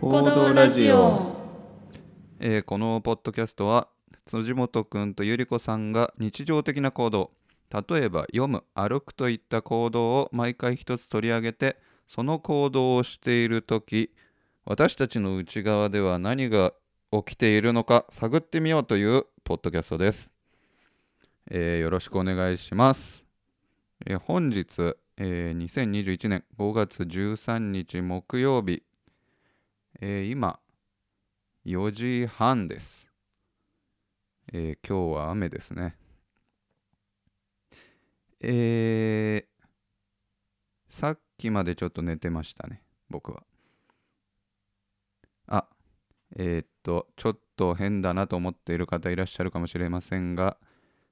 行動ラジオえーこのポッドキャストは辻元くんとゆり子さんが日常的な行動例えば読む歩くといった行動を毎回一つ取り上げてその行動をしている時私たちの内側では何が起きているのか探ってみようというポッドキャストです、えーよろしくお願いします、えー本日、えー2021年5月13日木曜日、えー今4時半です。えー今日は雨ですね。えーさっきまでちょっと寝てましたね、僕は。あ、えーっと、ちょっと変だなと思っている方いらっしゃるかもしれませんが、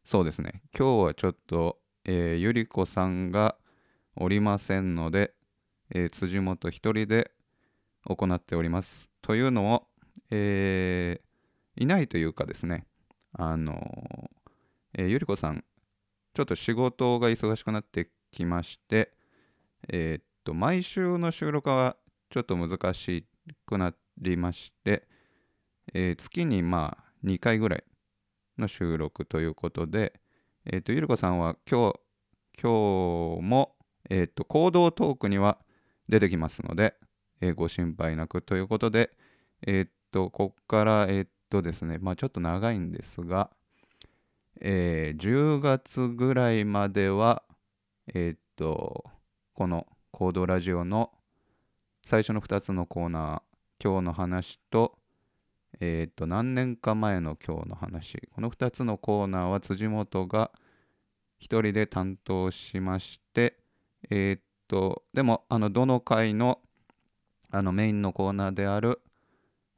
そうですね、今日はちょっと、えーゆりこさんがおりませんので、えー辻元一人で行っております。というのも、えーいないというかですね、あのえーゆりこさん、ちょっと仕事が忙しくなってきまして、えーっと、毎週の収録はちょっと難しくなりまして、えー月にまあ2回ぐらいの収録ということで、えーっと、ゆりこさんは今日、今日も、えーっと、行動トークには出てきますので、えーご心配なくということで、えーっと、こっから、えーっとですね、まあちょっと長いんですが、えー10月ぐらいまでは、えーっと、この行動ラジオの最初の2つのコーナー、今日の話と、えーっと、何年か前の今日の話、この2つのコーナーは辻元が一人で担当しまして、えーっと、でも、あの、どの回の、あの、メインのコーナーである、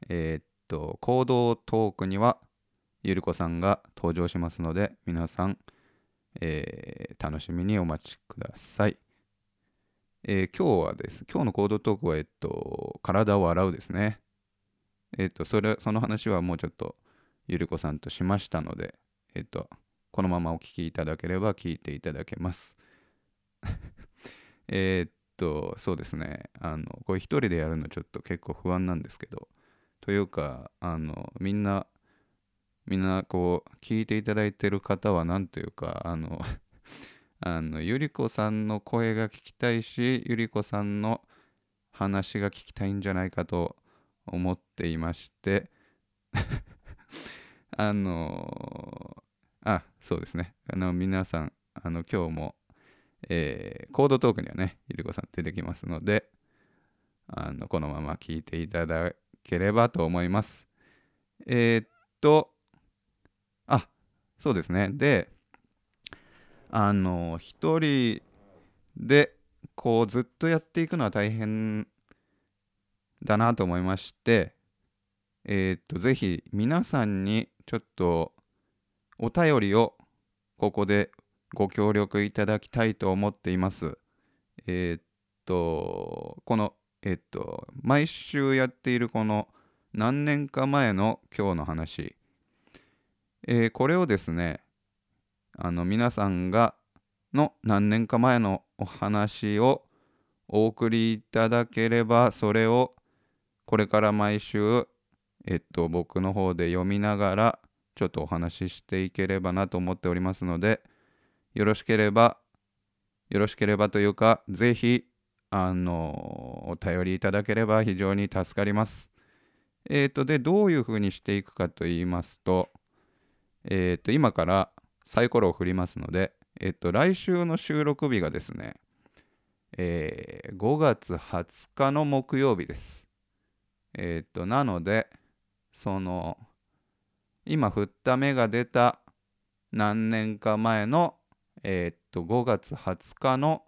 えーっと、行動トークには、ゆりこさんが登場しますので、皆さん、えー楽しみにお待ちください。えー今日はです、今日の行動トークは、えっと、体を洗うですね。えっと、それ、その話はもうちょっと、ゆりこさんとしましたので、えっと、このままお聞きいただければ聞いていただけます。 えーっと、そうですね。あの、これ一人でやるのちょっと結構不安なんですけど、というか、あの、みんな、みんなこう、聞いていただいてる方は、なんというか、あの、 あの、ゆりこさんの声が聞きたいし、ゆりこさんの話が聞きたいんじゃないかと思っていまして、 あのあ、そうですね。あの、皆さん、あの、今日も、えーコードトークにはね、ゆりこさん出てきますので、あの、このまま聞いていただければと思います。えーっと、あ、そうですね。で、あの、一人で、こう、ずっとやっていくのは大変だなと思いまして、えーっと、ぜひ皆さんにちょっとお便りをここでご協力いただきたいと思っています。えーっと、この、えーっと、毎週やっているこの何年か前の今日の話、えーこれをですね、あの皆さんがの何年か前のお話をお送りいただければ、それをこれから毎週、えっと、僕の方で読みながら、ちょっとお話ししていければなと思っておりますので、よろしければ、よろしければというか、ぜひ、あの、お便りいただければ非常に助かります。えっ、と、で、どういうふうにしていくかと言いますと、えっ、と、今からサイコロを振りますので、えっ、と、来週の収録日がですね、えー5月20日の木曜日です。えっ、と、なので、その、今振った芽が出た何年か前の、えーっと、5月20日の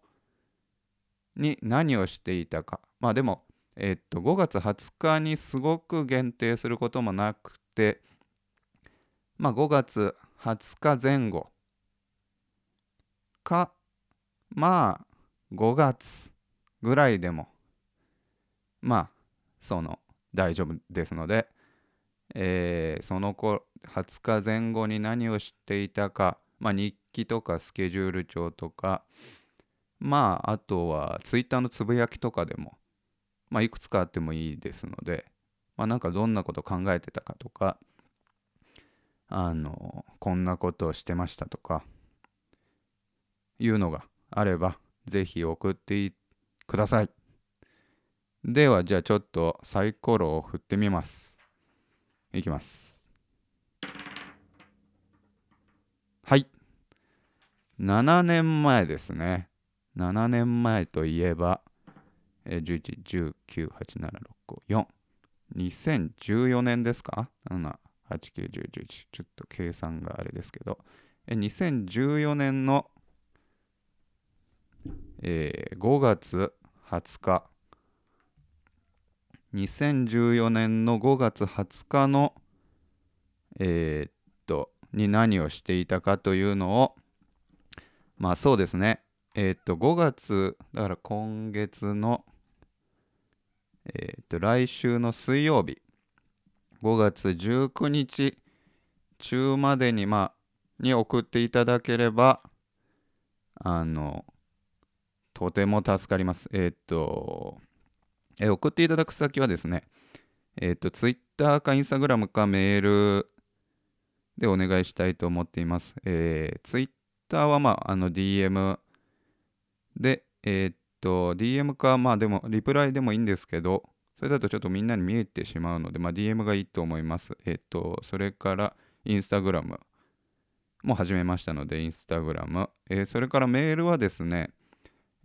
に何をしていたか。まあでも、えーっと、5月20日にすごく限定することもなくて、まあ5月20日前後か、まあ5月ぐらいでも、まあ、その、大丈夫ですので、えーその子20日前後に何をしていたか、まあ、日記とかスケジュール帳とかまああとはツイッターのつぶやきとかでも、まあ、いくつかあってもいいですので、まあ、なんかどんなこと考えてたかとかあのこんなことをしてましたとかいうのがあればぜひ送ってくださいではじゃあちょっとサイコロを振ってみますいきますはい7年前ですね7年前といえばえー11、19、8、7、6、5、4。2014年ですか ?7、8、9、10、11。ちょっと計算があれですけど。えー2014年の、えー5月20日。2014年の5月20日の、えーっと、に何をしていたかというのを、まあそうですね。えーっと、5月、だから今月の、えーっと、来週の水曜日、5月19日中までに、まあ、に送っていただければ、あの、とても助かります。えーっと、えー送っていただく先はですね、えーっと、Twitter か Instagram かメールでお願いしたいと思っています。えー、Twitter は、まあ、あの、DM、で、えーっと、DM か、まあでも、リプライでもいいんですけど、それだとちょっとみんなに見えてしまうので、まあ DM がいいと思います。えーっと、それから、インスタグラムも始めましたので、インスタグラム。えーそれからメールはですね、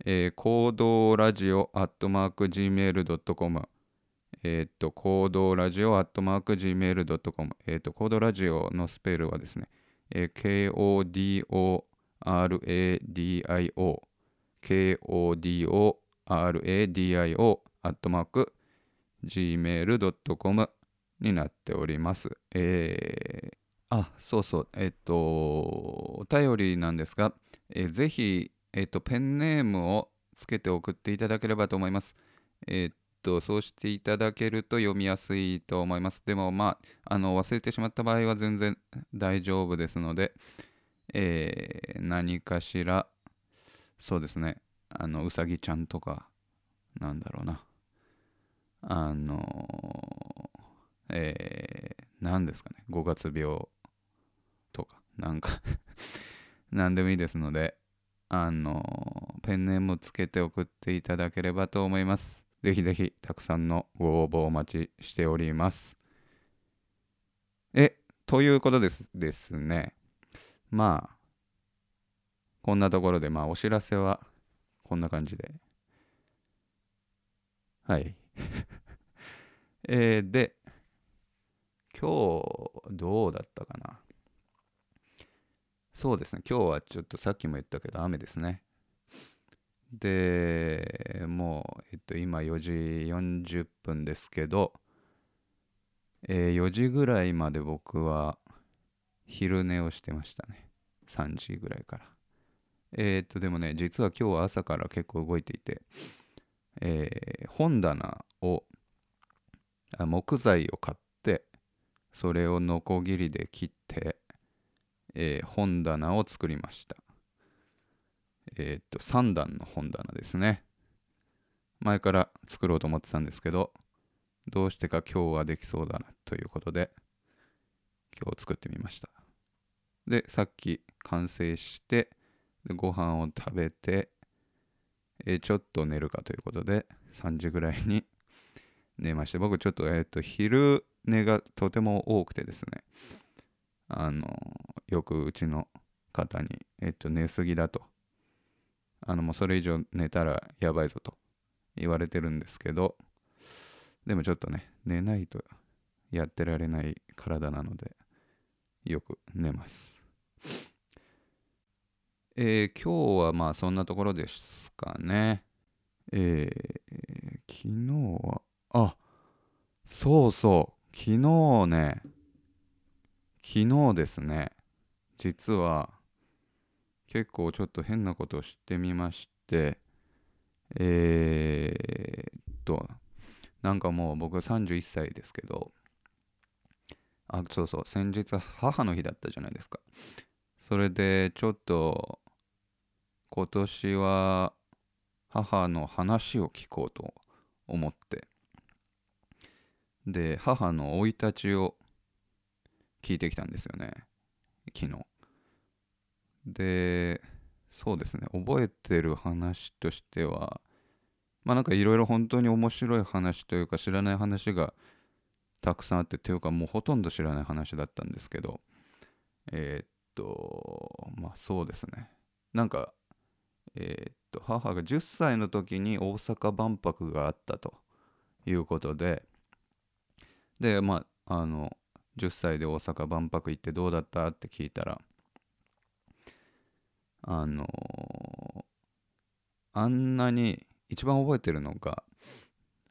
えー、行動ラジオアットマーク Gmail.com。えーっと、行動ラジオアットマーク Gmail.com。えーっと、行動ラジオのスペルはですね、えー KODORADIO。kodoradio アットマーク gmail.com になっております。えーあ、そうそう、えっ、と、お便りなんですが、えーぜひ、えっ、と、ペンネームをつけて送っていただければと思います。えっ、と、そうしていただけると読みやすいと思います。でも、まあ、あの、忘れてしまった場合は全然大丈夫ですので、えー何かしら、そうですね。あの、うさぎちゃんとか、なんだろうな。あのー、えー、何ですかね。五月病とか、なんか、 なんでもいいですので、あのーペンネームつけて送っていただければと思います。ぜひぜひ、たくさんのご応募お待ちしております。え、ということですですね。まあ、こんなところで、まあ、お知らせはこんな感じで。はい。 えーで、今日、どうだったかな。そうですね、今日はちょっとさっきも言ったけど、雨ですね。で、もう、えっと、今4時40分ですけど、えー4時ぐらいまで僕は昼寝をしてましたね。3時ぐらいから。えーっと、でもね、実は今日は朝から結構動いていて、えー本棚を、あ木材を買って、それをノコギリで切って、えー本棚を作りました。えーっと、3段の本棚ですね。前から作ろうと思ってたんですけど、どうしてか今日はできそうだなということで、今日作ってみました。で、さっき完成して、でご飯を食べて、えーちょっと寝るかということで、3時ぐらいに 寝まして、僕ちょっと、えっ、と、昼寝がとても多くてですね、あのーよくうちの方に、えっ、と、寝すぎだと、あの、もうそれ以上寝たらやばいぞと言われてるんですけど、でもちょっとね、寝ないとやってられない体なので、よく寝ます。えー今日はまあそんなところですかね。えー昨日は、あ、そうそう、昨日ね、昨日ですね、実は結構ちょっと変なことをしてみまして、えーっと、なんかもう僕31歳ですけど、あ、そうそう、先日母の日だったじゃないですか。それでちょっと今年は母の話を聞こうと思ってで母の生い立ちを聞いてきたんですよね昨日でそうですね覚えてる話としてはまあなんかいろいろ本当に面白い話というか知らない話がたくさんあってっていうかもうほとんど知らない話だったんですけどえーっとまあそうですねなんかえーっと母が10歳の時に大阪万博があったということででまああの10歳で大阪万博行ってどうだったって聞いたらあのーあんなに一番覚えてるのが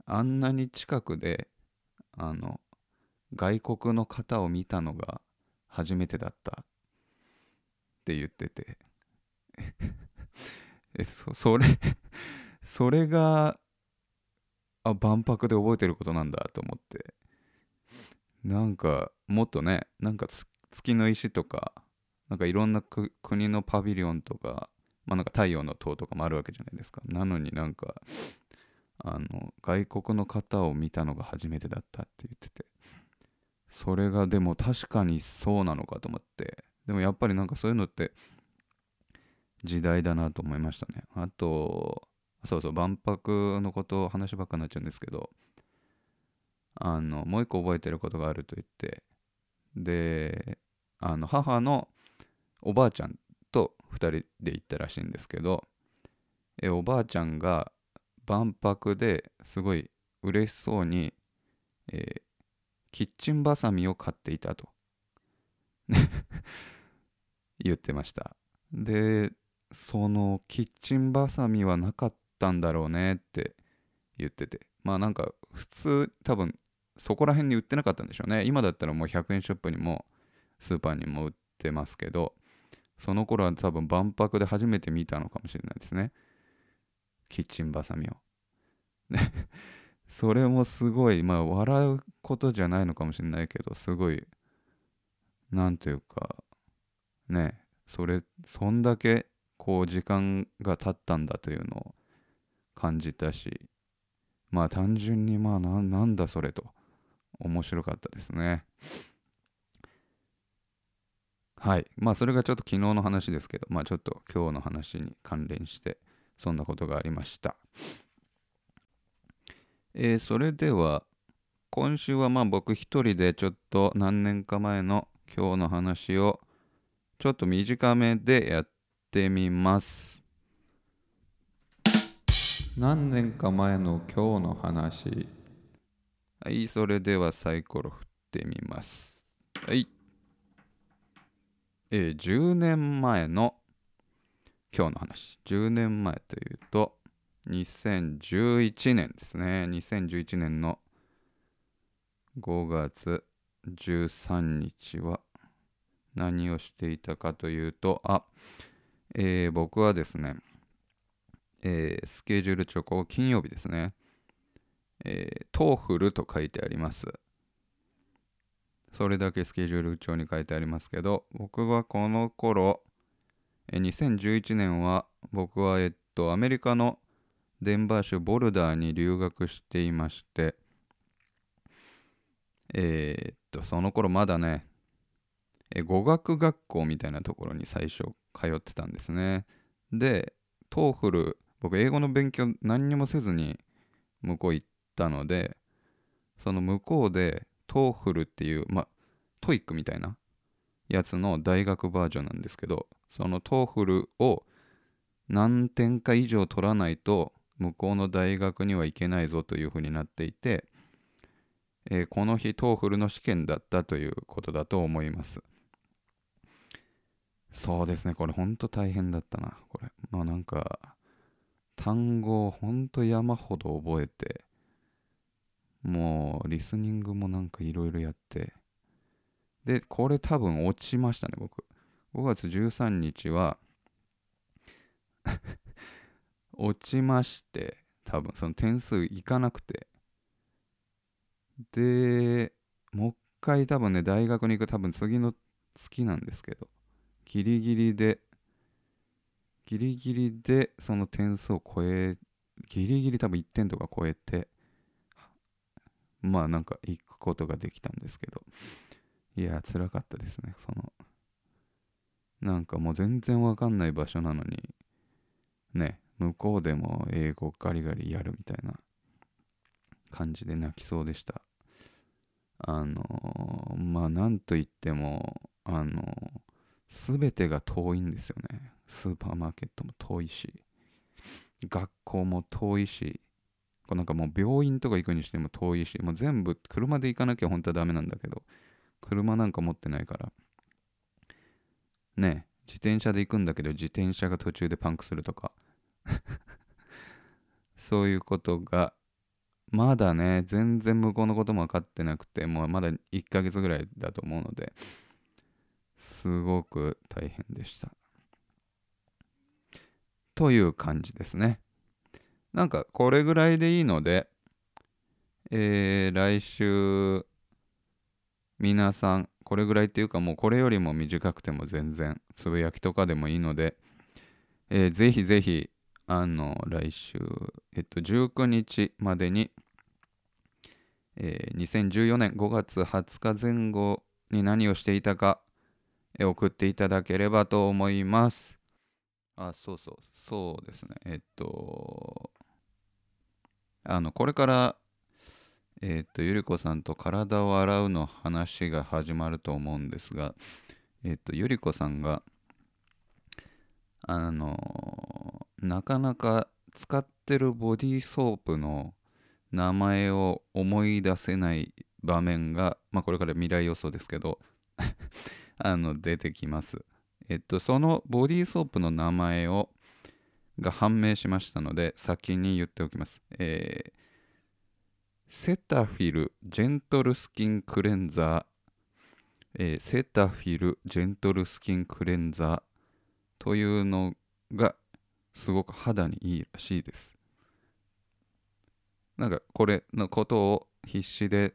あんなに近くであの外国の方を見たのが初めてだったって言っててえそ それそれがあ万博で覚えてることなんだと思ってなんかもっとねなんかつ月の石とかなんかいろんなく国のパビリオンとかまあなんか太陽の塔とかもあるわけじゃないですかなのになんかあの外国の方を見たのが初めてだったって言っててそれがでも確かにそうなのかと思ってでもやっぱりなんかそういうのって時代だなと思いましたねあとそうそう万博のこと話ばっかになっちゃうんですけどあのもう一個覚えてることがあると言ってであの母のおばあちゃんと2人で行ったらしいんですけどえおばあちゃんが万博ですごい嬉しそうに、えーキッチンバサミを買っていたと 言ってましたでそのキッチンバサミはなかったんだろうねって言っててまあなんか普通多分そこら辺に売ってなかったんでしょうね今だったらもう100円ショップにもスーパーにも売ってますけどその頃は多分万博で初めて見たのかもしれないですねキッチンバサミを ねそれもすごいまあ笑うことじゃないのかもしれないけどすごいなんというかねそれそんだけこう時間が経ったんだというのを感じたしまあ単純にまあななんだそれと面白かったですねはいまあそれがちょっと昨日の話ですけどまあちょっと今日の話に関連してそんなことがありましたえーそれでは今週はまあ僕一人でちょっと何年か前の今日の話をちょっと短めでやってみます何年か前の今日の話はいそれではサイコロ振ってみますはいえー10年前の今日の話10年前というと2011年ですね2011年の5月13日は何をしていたかというとあ、えー僕はですね、えースケジュールチョコ金曜日ですね、えートーフルと書いてありますそれだけスケジュール帳に書いてありますけど僕はこの頃えー2011年は僕はえっとアメリカのデンバー州ボルダーに留学していましてえーっとその頃まだねえ語学学校みたいなところに最初通ってたんですねでトーフル僕英語の勉強何にもせずに向こう行ったのでその向こうでトーフルっていうまあトイックみたいなやつの大学バージョンなんですけどそのトーフルを何点か以上取らないと向こうの大学には行けないぞというふうになっていて、えーこの日トーフルの試験だったということだと思いますそうですねこれほんと大変だったなこれまあなんか単語をほんと山ほど覚えてもうリスニングもなんかいろいろやってでこれ多分落ちましたね僕5月13日は 落ちまして多分その点数いかなくてでもう一回多分ね大学に行く多分次の月なんですけどギリギリでギリギリでその点数を超えギリギリ多分1点とか超えてまあなんか行くことができたんですけど、いや、辛かったですね。その、なんかもう全然わかんない場所なのに、ね、向こうでも英語ガリガリやるみたいな感じで泣きそうでした。あのーまあなんといっても、あのー全てが遠いんですよね。スーパーマーケットも遠いし、学校も遠いし、こうなんかもう病院とか行くにしても遠いし、もう全部車で行かなきゃ本当はダメなんだけど、車なんか持ってないから、ねえ、自転車で行くんだけど、自転車が途中でパンクするとか、 そういうことが、まだね、全然向こうのことも分かってなくて、もうまだ1ヶ月ぐらいだと思うので、すごく大変でした。という感じですね。なんか、これぐらいでいいので、えー来週、皆さん、これぐらいっていうか、もうこれよりも短くても全然、つぶやきとかでもいいので、えーぜひぜひ、あの、来週、えっと、19日までに、えー2014年5月20日前後に何をしていたか、えー送っていただければと思います。あ、そうそう、そうですね。えっと、あの、これから、えっと、ゆりこさんと体を洗うの話が始まると思うんですが、えっと、ゆりこさんが、あのなかなか使ってるボディーソープの名前を思い出せない場面が、まあ、これから未来予想ですけどあの出てきます。えっとそのボディーソープの名前をが判明しましたので先に言っておきます。えーセタフィルジェントルスキンクレンザー、えーセタフィルジェントルスキンクレンザーというのがすごく肌にいいらしいです。なんかこれのことを必死で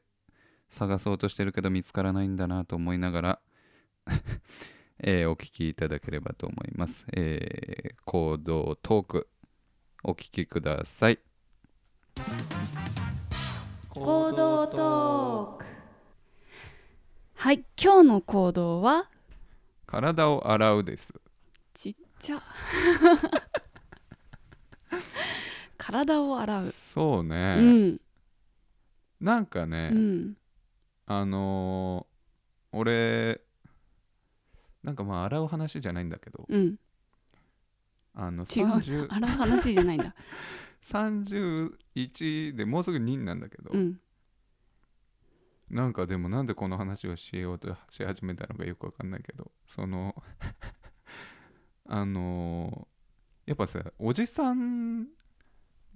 探そうとしてるけど見つからないんだなと思いながら、 えーお聞きいただければと思います。えー行動トークお聞きください。行動トークはい今日の行動は体を洗うです。ちっちゃ 体を洗う、そうね、うんなんかね、うんあのー俺なんかまあ洗う話じゃないんだけど、うんあの違う30な洗う話じゃない んだ31でもうすぐ2なんだけど、うんなんかでもなんでこの話をしようとし始めたのかよくわかんないけどその あのーやっぱさおじさん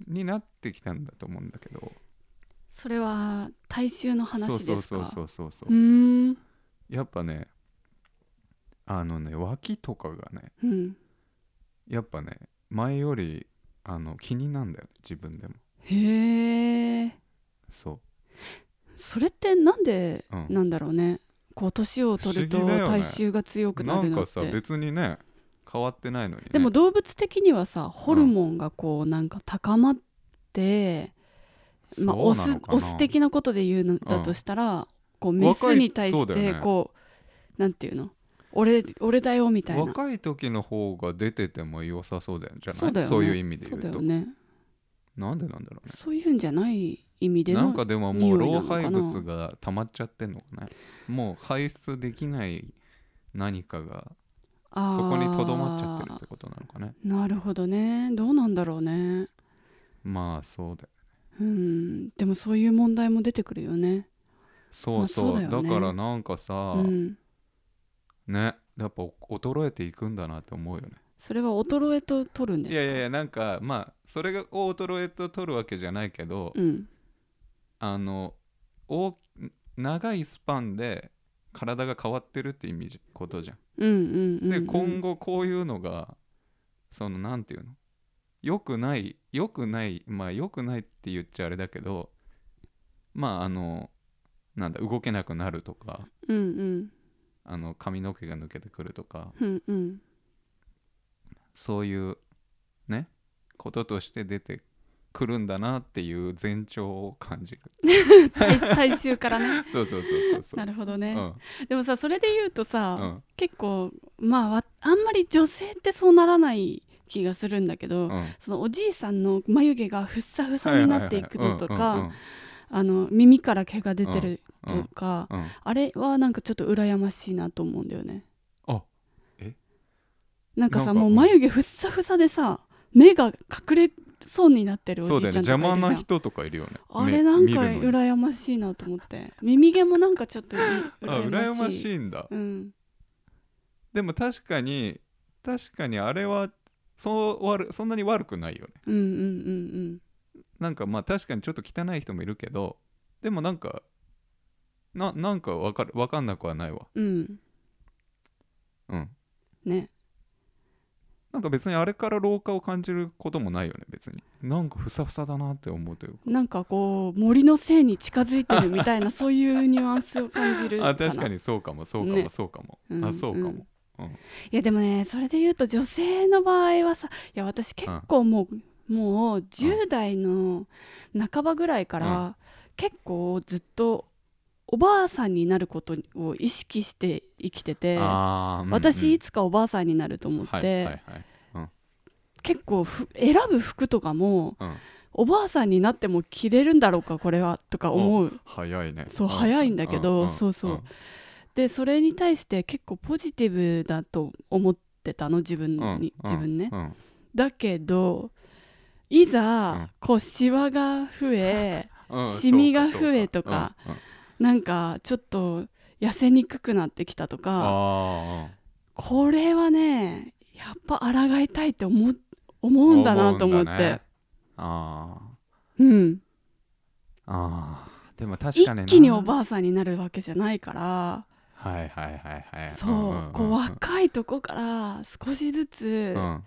になってきたんだと思うんだけどそれは大衆の話ですかそうそうそうそうそううーんやっぱねあのね脇とかがねうんやっぱね前よりあの気になんだよね自分でもへえそそれってなんでう、うん、なんだろうねこう年を取ると不思議だよね体臭が強くなるんのかっさて、別にね変わってないのに、ね、でも動物的にはさホルモンがこうなんか高まって、まあ、そうオなスのかなオス的なことで言うのだとしたら、こうメスに対し若いそうだよてねこう、なんていうの俺俺だよみたいな若い時の方が出てても良さそうだよじゃないそうだよねいう意味で言うそうだとよねなんでなんだろうねそういうんじゃない意味でなんのかでももう匂い老なのかな廃物が溜まっちゃってんのかねもう排出できない何かがあそーこにとどまっちゃってるってことなのかねなるほどねどうなんだろうねまあそうだようんでもそういう問題も出てくるよねそうそう,、まあそうだだよねからなんかさ、うんねやっぱ衰えていくんだなって思うよねそれは衰えと取るんですいかやいやいやなんかまあそれが衰えと取るわけじゃないけど、うんあの大長いスパンで体が変わってるって意味じことじゃん。うんうんうん、で、うん、今後こういうのがそのなんていうの良くない良くないまあ良くないって言っちゃあれだけどまああのなんだ動けなくなるとかうんうんあの髪の毛が抜けてくるとかうんうんそういうねこととして出て来るんだなっていう前兆を感じる大 大衆からねそうそうそう そうそうなるほどうね、んでもさそれで言うとさ、うん結構まあわあんまり女性ってそうならない気がするんだけうど、んそのおじいさんの眉毛がふっさふさになっていくのとはいはいはいかあの耳から毛が出てるうんうんうんとか、うんうんあれはなんかちょっと羨ましいなと思うんだよねあえなんかさなんかもう眉毛ふっさふさでさ目が隠れそうになってるおそうじだいよちねゃんとか邪魔いるじゃん、な人とかいるよねあれなん目か見るのに羨ましいなと思って耳毛もなんかちょっといあ羨羨まましいしいんだうんでも確かに確かにあれはそう悪そんなに悪くないよねうんうんうんなんかまあ確かにちょっと汚い人もいるけどでもなんかななんかわかるわかんなくはないわうんうんうんねなんか別にあれから老化を感じることもないよね別になんかふさふさだなって思うというかなんかこう森のせいに近づいてるみたいなそういうニュアンスを感じるかなあ確かにそうかもそうかも、ねそうかも、うんあそうかも、うんいやでもねそれで言うと女性の場合はさいや私結構もう、もう10代の半ばぐらいから、結構ずっとおばあさんになることを意識して生きてて、あーうん私いつかおばあさんになると思って、はいはいはい結構ふ選ぶ服とかもうんおばあさんになっても着れるんだろうかこれはとか思う早いねそう早いんだけどんんそうそうでそれに対して結構ポジティブだと思ってたの自分うんうんに、自分ね、うんだけどいうんざこうシワが増 えうんシミが増えとか、そうそううんうんなんかちょっと痩せにくくなってきたとかあこれはねやっぱ抗いたいって思う思ーうんだなと思思うっんだてねあうんーあーでも確かにな一気におばあさんになるわけじゃないからはいはいはいはいそうこう若いとこから少しずうつんうん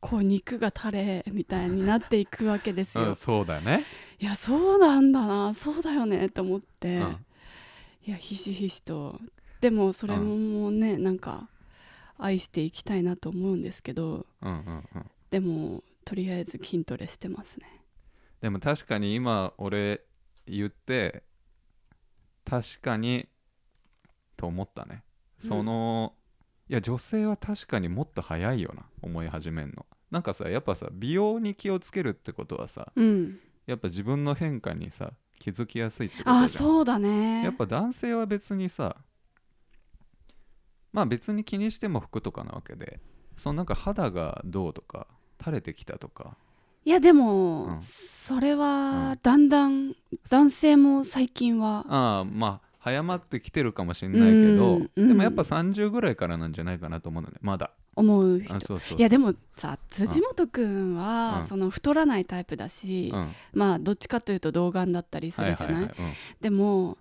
こう肉が垂れみたいになっていくわけですうんよそうだねいやそうなんだなそうだよねと思って、うんいやひしひしとでもそれももうね、なんか愛していきたいなと思うんですけどうんうんうんでもとりあえず筋トレしてますねでも確かに今俺言って確かにと思ったねうんその、いや女性は確かにもっと早いよな思い始めんのなんかさやっぱさ美容に気をつけるってことはさうんやっぱ自分の変化にさ気づきやすいってことじゃんあそうだねやっぱ男性は別にさまあ別に気にしても服とかなわけでそのなんか肌がどうとか垂れてきたとかいやでも、うんそれはうんだんだん男性も最近はああまあ早まってきてるかもしれないけど、うんうんでもやっぱ30ぐらいからなんじゃないかなと思うのねまだ思う人あそうそういやでもさ辻元君うはんその太らないタイプだし、うん、はいまあどっちかというと童顔だったりすはいるじはゃないい、うん、でも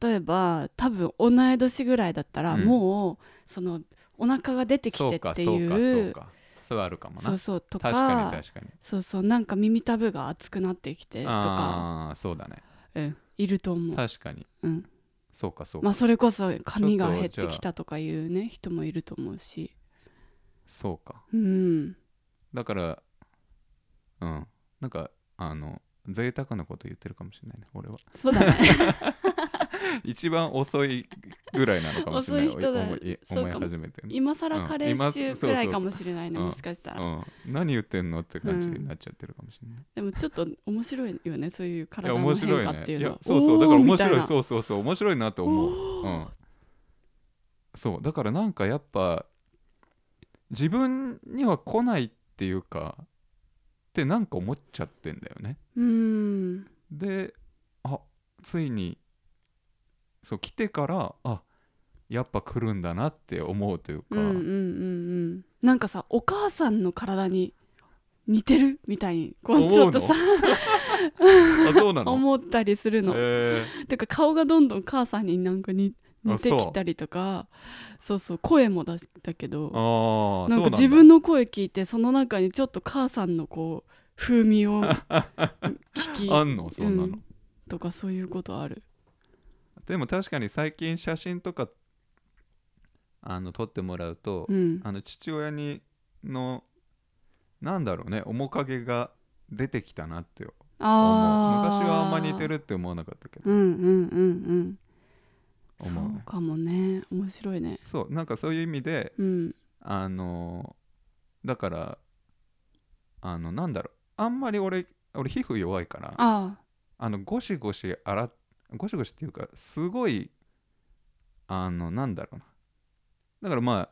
例えば多分同い年ぐらいだったら、うんもうそのお腹が出てきそうてっかてそうかそいううかそれはあるかもなそうそうとか確かに確かにそうそうなんか耳たぶが熱くなってきてとか、ああそうだねうん、いると思う、確かにうんそうかそうか、まあ、それこそ髪が減ってきたとかいうね人もいると思うし、そうかうん、だからうんなんかあの贅沢なこと言ってるかもしれないね 俺はそうだね一番遅いぐらいなのかもしれない遅い人だ思いそう思いかも始めてね今更カレー臭くらいうん今かもしれないねそうそうそうもしかしたら、うん、何言ってんのって感じうんになっちゃってるかもしれない、でもちょっと面白いよねそういうい体やの面白変い化ねっていういのやそうそうだから面白いおーみそうそうそう面白いなとた思う、おうーん、そうだからなんかやっぱ自分には来ないっていうかってなんか思っちゃってんだよねうんであついにそう来てからあやっぱ来るんだなって思うというか、うんうんうんうんなんかさお母さんの体に似てるみたいにこうち思ょうのっとさ あそうなの 思ったりするの、えてか顔がどんどん母さんになんかにあ似てきたりとかそうそう声もだだけーどあーなんそかう自分の声聞いてその中にちょっと母さんのこう風味を聞き あんのそんなの、うんとかそういうことあるでも確かに最近写真とかあの撮ってもらうと、うんあの父親にのなんだろうね面影が出てきたなって思うあー昔はあんま似てるって思わなかったけどうんうんうんうんそ思ううねかもね面白いねそうなんかそういう意味でうんあのだからあのなんだろうあんまり俺俺皮膚弱いからああのゴシゴシ洗っゴシゴシっていうかすごいあのなんだろうなだからまあ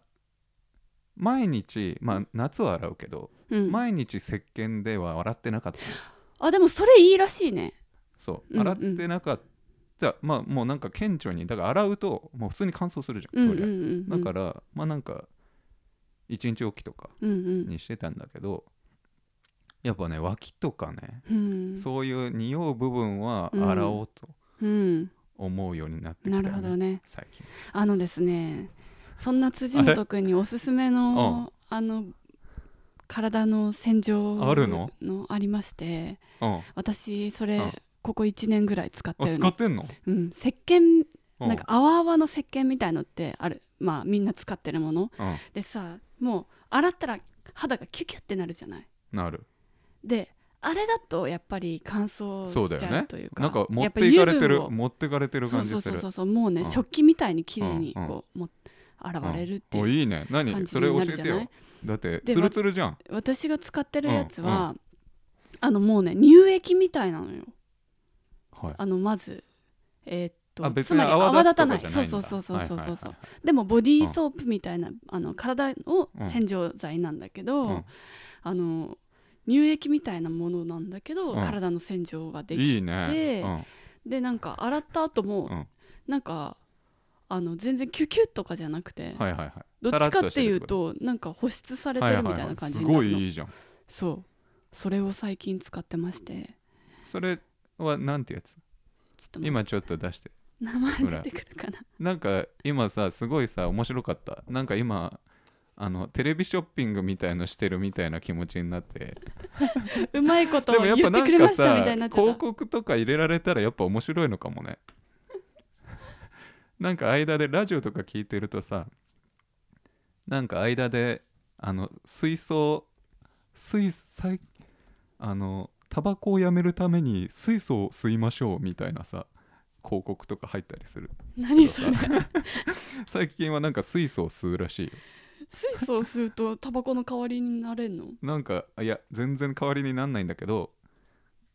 毎日まうあん夏は洗うけど、あうん毎日石鹸では洗ってなかったあでもそれいいらしいねそううんうん洗ってなかった、まあもうなんか顕著にだから洗うともう普通に乾燥するじゃうんんそうんりゃ、うんだからまあなんか1日おきとかうんうんにしてたんだけどやっぱね脇とかね、うんそういう匂う部分は洗おうとうん思うようになってきたなよ、ねるほどね最近あのですねそんな辻あ元れ君におすすめのあの体の洗浄あるのありましてうん私そうんれここ1年ぐらい使ってある使のってんの、うん石鹸うなんか泡々の石鹸みたいのってあるまあみんな使ってるものうんでさもう洗ったら肌がキュキュってなるじゃないなるであれだとやっぱり乾燥そうだしちゃようねというかなんか持っていかれてやっぱる油分を持ってかれてる感じするそうそうそうそうもうね、うん食器みたいに綺麗にうんうんこう、もう現れるっていう、おいいね感何じそれに教なえるじゃてないよだってでツルツルじゃん私が使ってるやつは、あのもうね乳液みたいなのよはいあのまずえーっとあ別つにまり泡泡立立たたなないいんだそうそうそうそうそうそはう、いはいはいでもボディーソープみたいな、あの体をうん洗浄剤なんだけど、うんあの乳液みたいなものなんだけど、うん体の洗浄ができていいね、うんでなんか洗った後も、うんなんかあの全然キュキュッとかじゃなくて、はいはいはいどっちかっていうさとなんか保湿されてらっるとみしてたいるなってこと感じはにいなるの、はいはいすごいいいじゃんそうそれを最近使ってましてそれはなんてやつちょっと待って今ちょっと出して名前出てくるかななんか今さすごいさ面白かったなんか今あのテレビショッピングみたいのしてるみたいな気持ちになってうまいことでもや言っっぱなてくれんまかしたさみたいになっちゃっ広た告とか入れられたらやっぱ面白いのかも ねなんか間でラジオとか聞いてるとさなんか間であの水素水最あのタバコをやめるために水素を吸いましょうみたいなさ広告とか入ったりする何 それ最近はなんか水素を吸うらしいよ水素を吸うとタバコの代わりになれんのなんかいや全然代わりになんないんだけど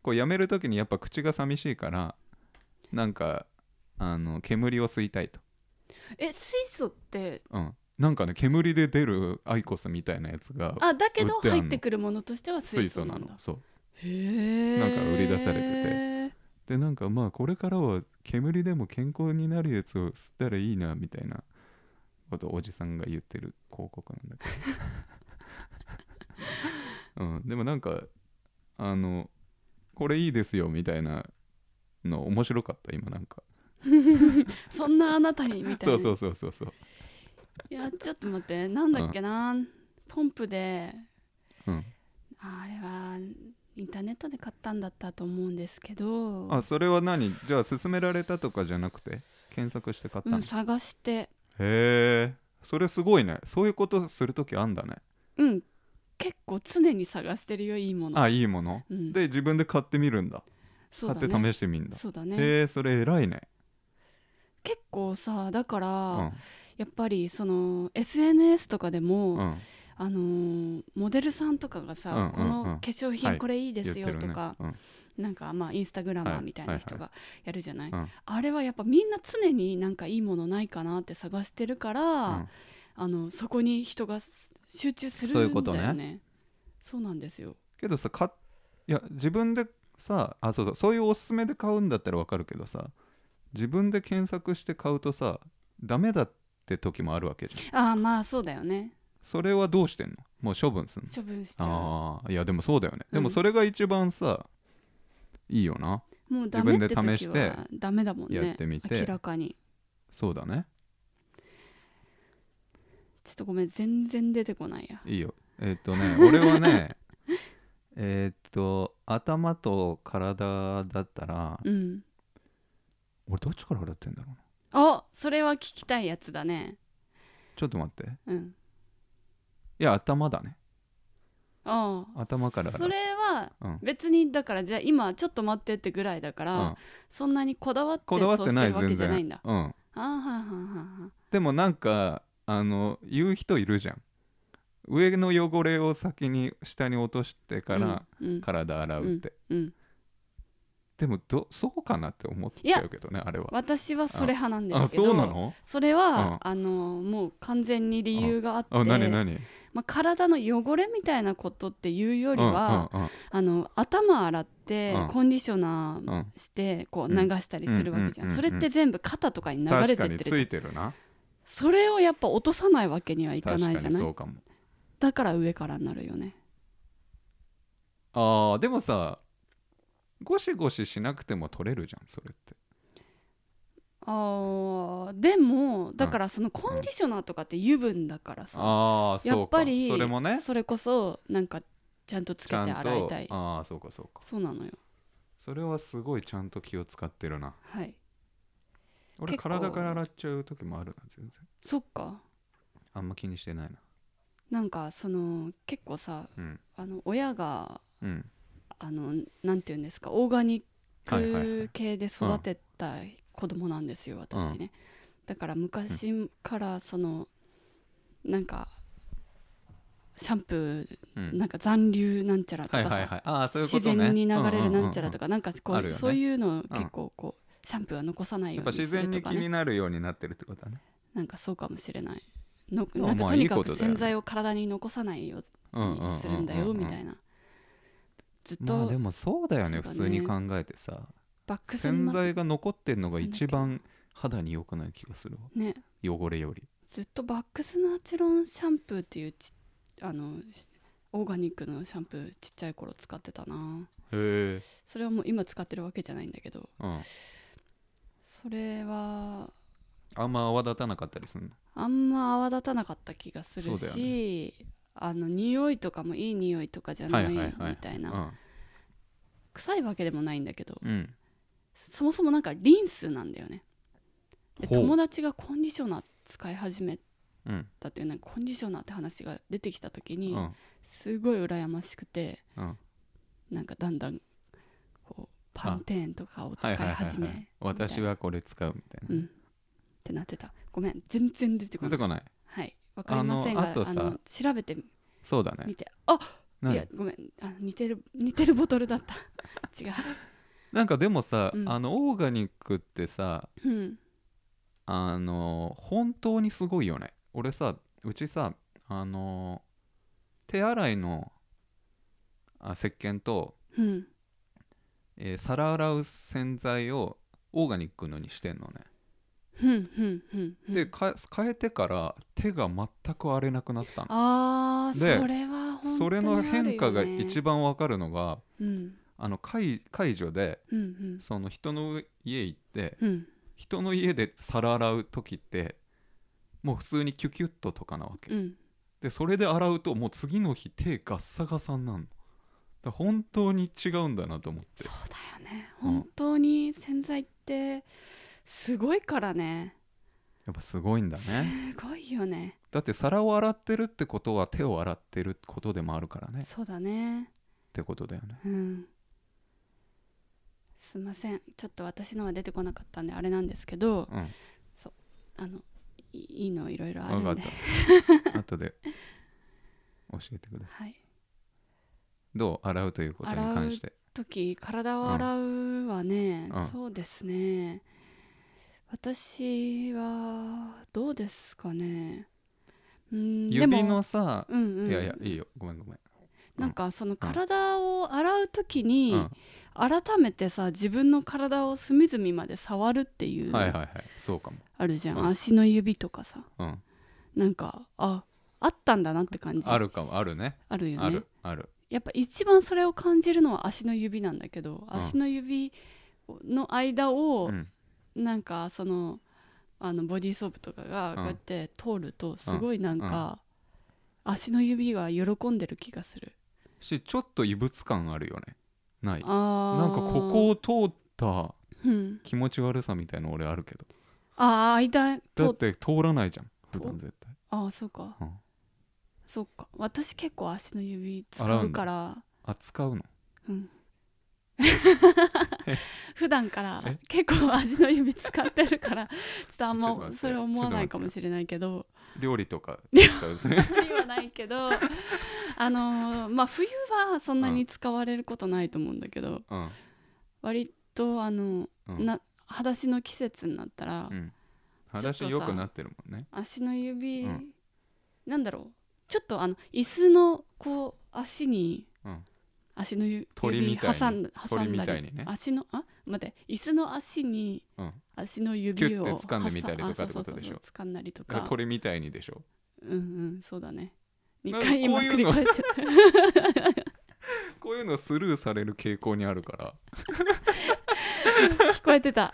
こうやめる時にやっぱ口が寂しいからなんかあの煙を吸いたいと、え水素ってうん、なんかね煙で出るアイコスみたいなやつがあだけど売ってあん入のってくるものとしては水水素素ななんのだそうへえなんか売り出されててでなんかまあこれからは煙でも健康になるやつを吸ったらいいなみたいなことをおじさんが言ってる広告なんだけ ど、うん、でもなんかあのこれいいですよみたいなの面白かった今なんかそんなあなたにみたいそなうそうそうそうそういやちょっと待ってなんだっけな、ポンプでうん、ああれはインターネットで買ったんだったと思うんですけどあそれは何じゃあ勧められたとかじゃなくて検索して買ったうの、ん、へ探してえそれすごいねそういうことするときあんだねうん結構常に探してるよいいものあいいものうん、で自分で買ってみるんだそ買って試してみるんだそうだねへえそれ偉いね。結構さだから、うんやっぱりその SNS とかでも、うんあのーモデルさんとかがうさ、んうんうんこの化粧は品いこれいいですよ言ってとるねか、うんなんかまあインスタグラマはーいみたいな人はがやるじゃない、うんあれはやっぱみんな常になんかいいものないかなって探してるから、うんあのそこに人が集中するんだそうよいねうことねそうなんですよけどさ買っいや自分でさあそうそうそういうおすすめで買うんだったらわかるけどさ自分で検索して買うとさダメだって時もあるわけじゃん。ああまあそうだよねそれはどうしてんのもう処分すんの処分しちゃああーいやでもそうだよね。うんでもそれが一番さいいよな。うもうダメっ自て分で試時してはダメだもんねやってみて明らかにそうだね。ちょっとごめん全然出てこないやいいよ。えーっとね 俺はねえーっと頭と体だったらうん俺どっちから洗ってんだろうな。あそれは聞きたいやつだねちょっと待って。うんいや頭だねああ頭からそれはうん別にだからじゃあ今ちょっと待ってってぐらいだから、うん、そんなにこだわってこだわっそうてしてないるわけ全じゃ然ないんだうん、あーはんはんはんはんでもなんかあの言う人いるじゃん上の汚れを先に下に落としてからうんうん体洗うって、うんでもどそうかなって思っちゃうけどねあれは私はそれ派なんであすけどそうなのそれうんは、あのもう完全に理由があってあ何何まあ、体の汚れみたいなことっていうようんりうんは、うんあの頭洗ってうんコンディショナーうんしてこうう流んしたりするわけじゃん,、うんうんうんうんそれって全部肩とかに流れ確てかってにるつじゃんいてるなそれをやっぱ落とさないわけにはいか確なかいじゃになそいうかもだから上からになるよねあーでもさゴシゴシしなくても取れるじゃんそれってあーでもだからそのコンディショナーとかって油分だからさ、ああそうかやっぱりそれもねそれこそなんかちゃんとつけて洗いたいちゃんとああそうかそうかそうなのよそれはすごいちゃんと気を使ってるなはい俺結構体から洗っちゃう時もあるな全然そっかあんま気にしてないななんかその結構さうんあの親がうんあのなんていうんですかオーガニはいはいはッいク系で育てた子供なんですよ、私ね、だから昔からそのなんかシャンプうーんなんか残留なんちゃらとはいかはいさはいああそういうこ自とね然に流れるなんちゃらとかかなんかこあうるよねそういうのを結構こうシャンプーは残さないやよっうぱにす自る然にと気かねになるようになってるってことだねなんかそうかもしれないのもなんかまあとにかいいこくとだよね洗剤を体に残さないよううんうんうんうんうにするんだよみたいなずっとまあでもそうだよね普そうだ通ねに考えてさバックス洗に剤が残ってんのが一番肌に良くない気がするわね汚れよりずっとバックスナーチュロンシャンプーっていうちあのしオーガニックのシャンプーちっちゃい頃使ってたなへえそれはもう今使ってるわけじゃないんだけどうんそれはあんま泡立たなかったりするのあんま泡立たなかった気がするそうだし、あの匂いとかもいい匂いとかじゃないはいみはいはいたいな、臭いわけでもないんだけどうんうんそもそもなんかリンスなんだよねでほう友達がコンディショナー使い始めうんたっていうなんかコンディショナーって話が出てきた時に、うんすごい羨ましくてうんなんかだんだんこうパンテーンとかを使はいいはいはい始めはい私みはこれ使うみたいたいなうんってなってたごめん全然出てこな出なてこいないはいわかりませんあのがああのとさ調べてそうだねみてあいや何ごめんあ似てる似てるボトルだった 違うなんかでもさうんあのオーガニックってさうんあの本当にすごいよね俺さうちさあの手洗いのあ石鹸と、うんえー皿洗う洗剤をオーガニックのにしてんのね、ふんふんふんふんでか変えてから手が全く荒れなくなったのあーでそれは本そ当にれの変化があるよね一番わかるのがうんあの介介助でうんうんその人の家行ってうん人の家で皿洗う時ってもう普通にキュキュッととかなわけ、うんでそれで洗うともう次の日手ガッサガサになるのだから本当に違うんだなと思ってそうだよねうん本当に洗剤ってすごいからねやっぱすごいんだねすごいよねだって皿を洗ってるってことは手を洗ってることでもあるからねっそうだねてことだよねうんすいませんちょっと私のは出てこなかったんであれなんですけどうんあのいいいのいろいろある分かんっでた後で教えてくださいはいどう洗うということに関して時体を洗うはね、うんそうですね私はどうですかねうんでも指のさ、うんうんいやいやいいよごめんごめん、なんかその体を洗う時に、改めてさ自分の体を隅々まで触るっていううんのはいはいはいそうかもあるじゃん、うん足の指とかさうんなんかああったんだなって感じあるかもあるねあるよねあるあるやっぱ一番それを感じるのは足の指なんだけど、足の指の間をうんなんかそのあのボディーソープとかがんこうやって通るとすごいなんか、足の指が喜んでる気がするしちょっと異物感あるよねないあーなんかここを通ったうん、気持ち悪さみたいの俺あるけどああ間だっとて通らないじゃん普段絶対ああそうか、うんそっか私結構足の指洗使ううんだから扱うのうん、 普段からえ結構足の指使ってるからちょっとあんちょっと待まってそれ思わないかもしれないけど料理とか使うんですね無理はないけどあのーまあ冬はそんなに使われることないと思うんだけど、 うん割とあの、うんな裸足の季節になったら、うんとさ裸足良くなってるもんね足の指、うんなんだろうちょっとあの椅子のこう足に、うん足のゆ鳥み指たいに挟んだ挟鳥んみだたり、いにね足のあ待って椅子の足にうん足のキュ指ッをて挟掴んでみたりとかってことでしょあそうそうそう掴んだりとだかからこれみたいにでしょうんうんそうだね2なんか回今こういう繰りの返しちゃっこういうのスルーされる傾向にあるかた聞こえ てた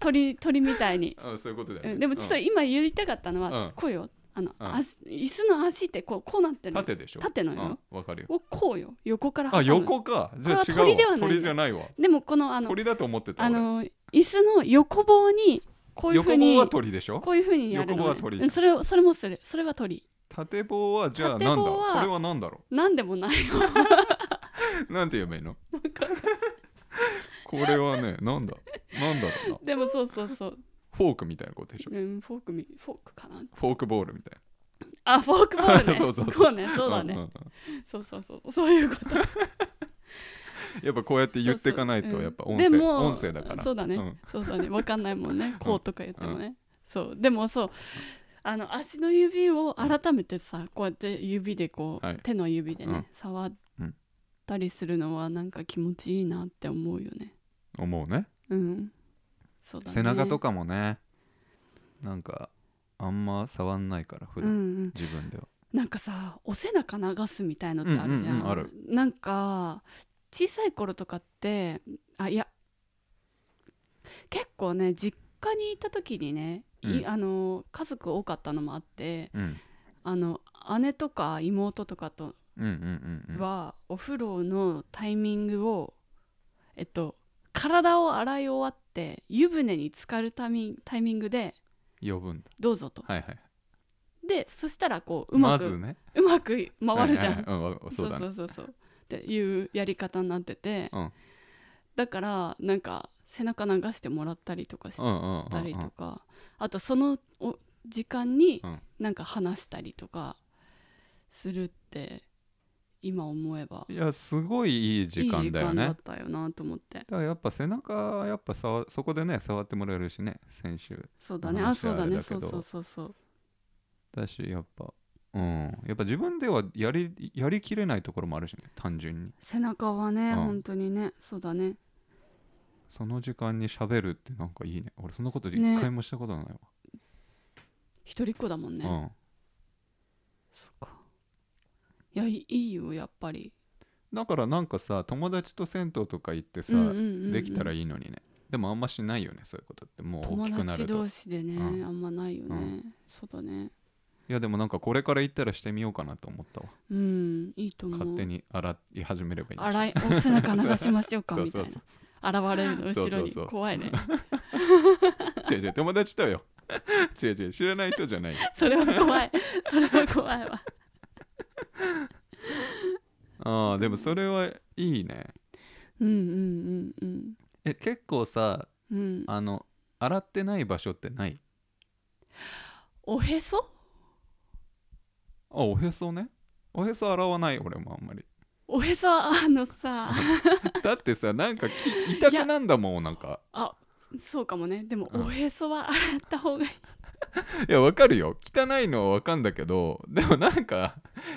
鳥鳥みたいに、ら、うん、そういうことだようね、ん、でもちょっとうん今言いたかったのは、うんこうよあの、うん足椅子の足ってこうこうなってるの縦でしょ縦のうんよ、わ、かるよをこうよ横から挟むあ横かじゃあ違うわこれは鳥ではない鳥じゃないわでもこのあの鳥だと思ってたあ俺の椅子の横棒にこういうふ横うに棒は鳥でしょこういうふうにやるの、ね、横棒は鳥じゃんうんそれをそれもするそれは鳥縦棒はじゃあなん縦だ棒こはれはなんだろなんでもない うなんて言えばいいのこれはねなんだなんだろうなでもそうそうそう、フォークみたいなことでしょうん、フォークみフォークかなフォークボールみたいあフォークボール ねそうそうそうこうねなそうだね、んんんそうそうそうそういうことやっぱこうや って言っていかないそうとそうやっぱ音で声も音声だからそうだね、んそうだねわかんないもんねこうとか言ってもね、そうでもそうあの足の指を改めてさこうやって指でこう、はい手の指でね、うん触ったりするのはなんか気持ちいいなって思うよね思うねうんそうだね背中とかかもねなんかあんま触んないから普うんう段、ん自分ではなんかさお背中流すみたいのってあるじゃん,、うんうんうんあるなんか小さい頃とかってあいや結構ね実家にいた時にね、いうんあの家族多かったのもあってうんあの姉とか妹とかとうんうんうんうんは、お風呂のタイミングをえっと体を洗い終わって湯船に浸かるタイミンタイミングで呼ぶんだどうぞとはいはいでそしたらこううままく、ずねうまく回るじゃんはいはいはいうんわそうだねそうそうそうそうっていうやり方になってて、うんだからなんか背中流してもらったりとかしうんうんうんたりとか、あとそのお時間にうんなんか話したりとかするって今思えばいやすごいいい時間だよねいい時間だったよなと思ってだからやっぱ背中はやっぱ触そこでね触ってもらえるしね先週そうだねあ話そうはだあれねだけそどうそうそうそうだしやっぱうんやっぱ自分ではやりやりきれないところもあるしね単純に背中はね、うん本当にねそうだねその時間に喋るってなんかいいね俺そんなこと一ね回もしたことないわ、一人っ子だもんね、うんそっかいやいいいよやっぱりだからなんかさ友達と銭湯とか行ってさ、うんうんうんうんできたらいいのにねでもあんましないよねそういうことってもう大きく友なる達と同い士でね、うんあんまないよね、うそうだねやでもなんかこれから行ったらしてみようかなと思ったわうんいいと思う勝手に洗い始めればいいんでしょ洗いお背中流しましょう かそうみたいなそうそう現れるの後ろにそうそうそう怖いね違う違う友達だよ違う違う知らない人じゃないよ それは怖いそれは怖いわああでもそれはいいねうんうんうんうんえ結構さうん、あの洗ってない場所ってないおへそあおへそねおへそ洗わない俺もあんまりおへそあのさだってさなんかき痛くなんだもんなんかあそうかもねでもうんおへそは洗った方がいい、いやわかるよ汚いのはわかんだけどでもなんか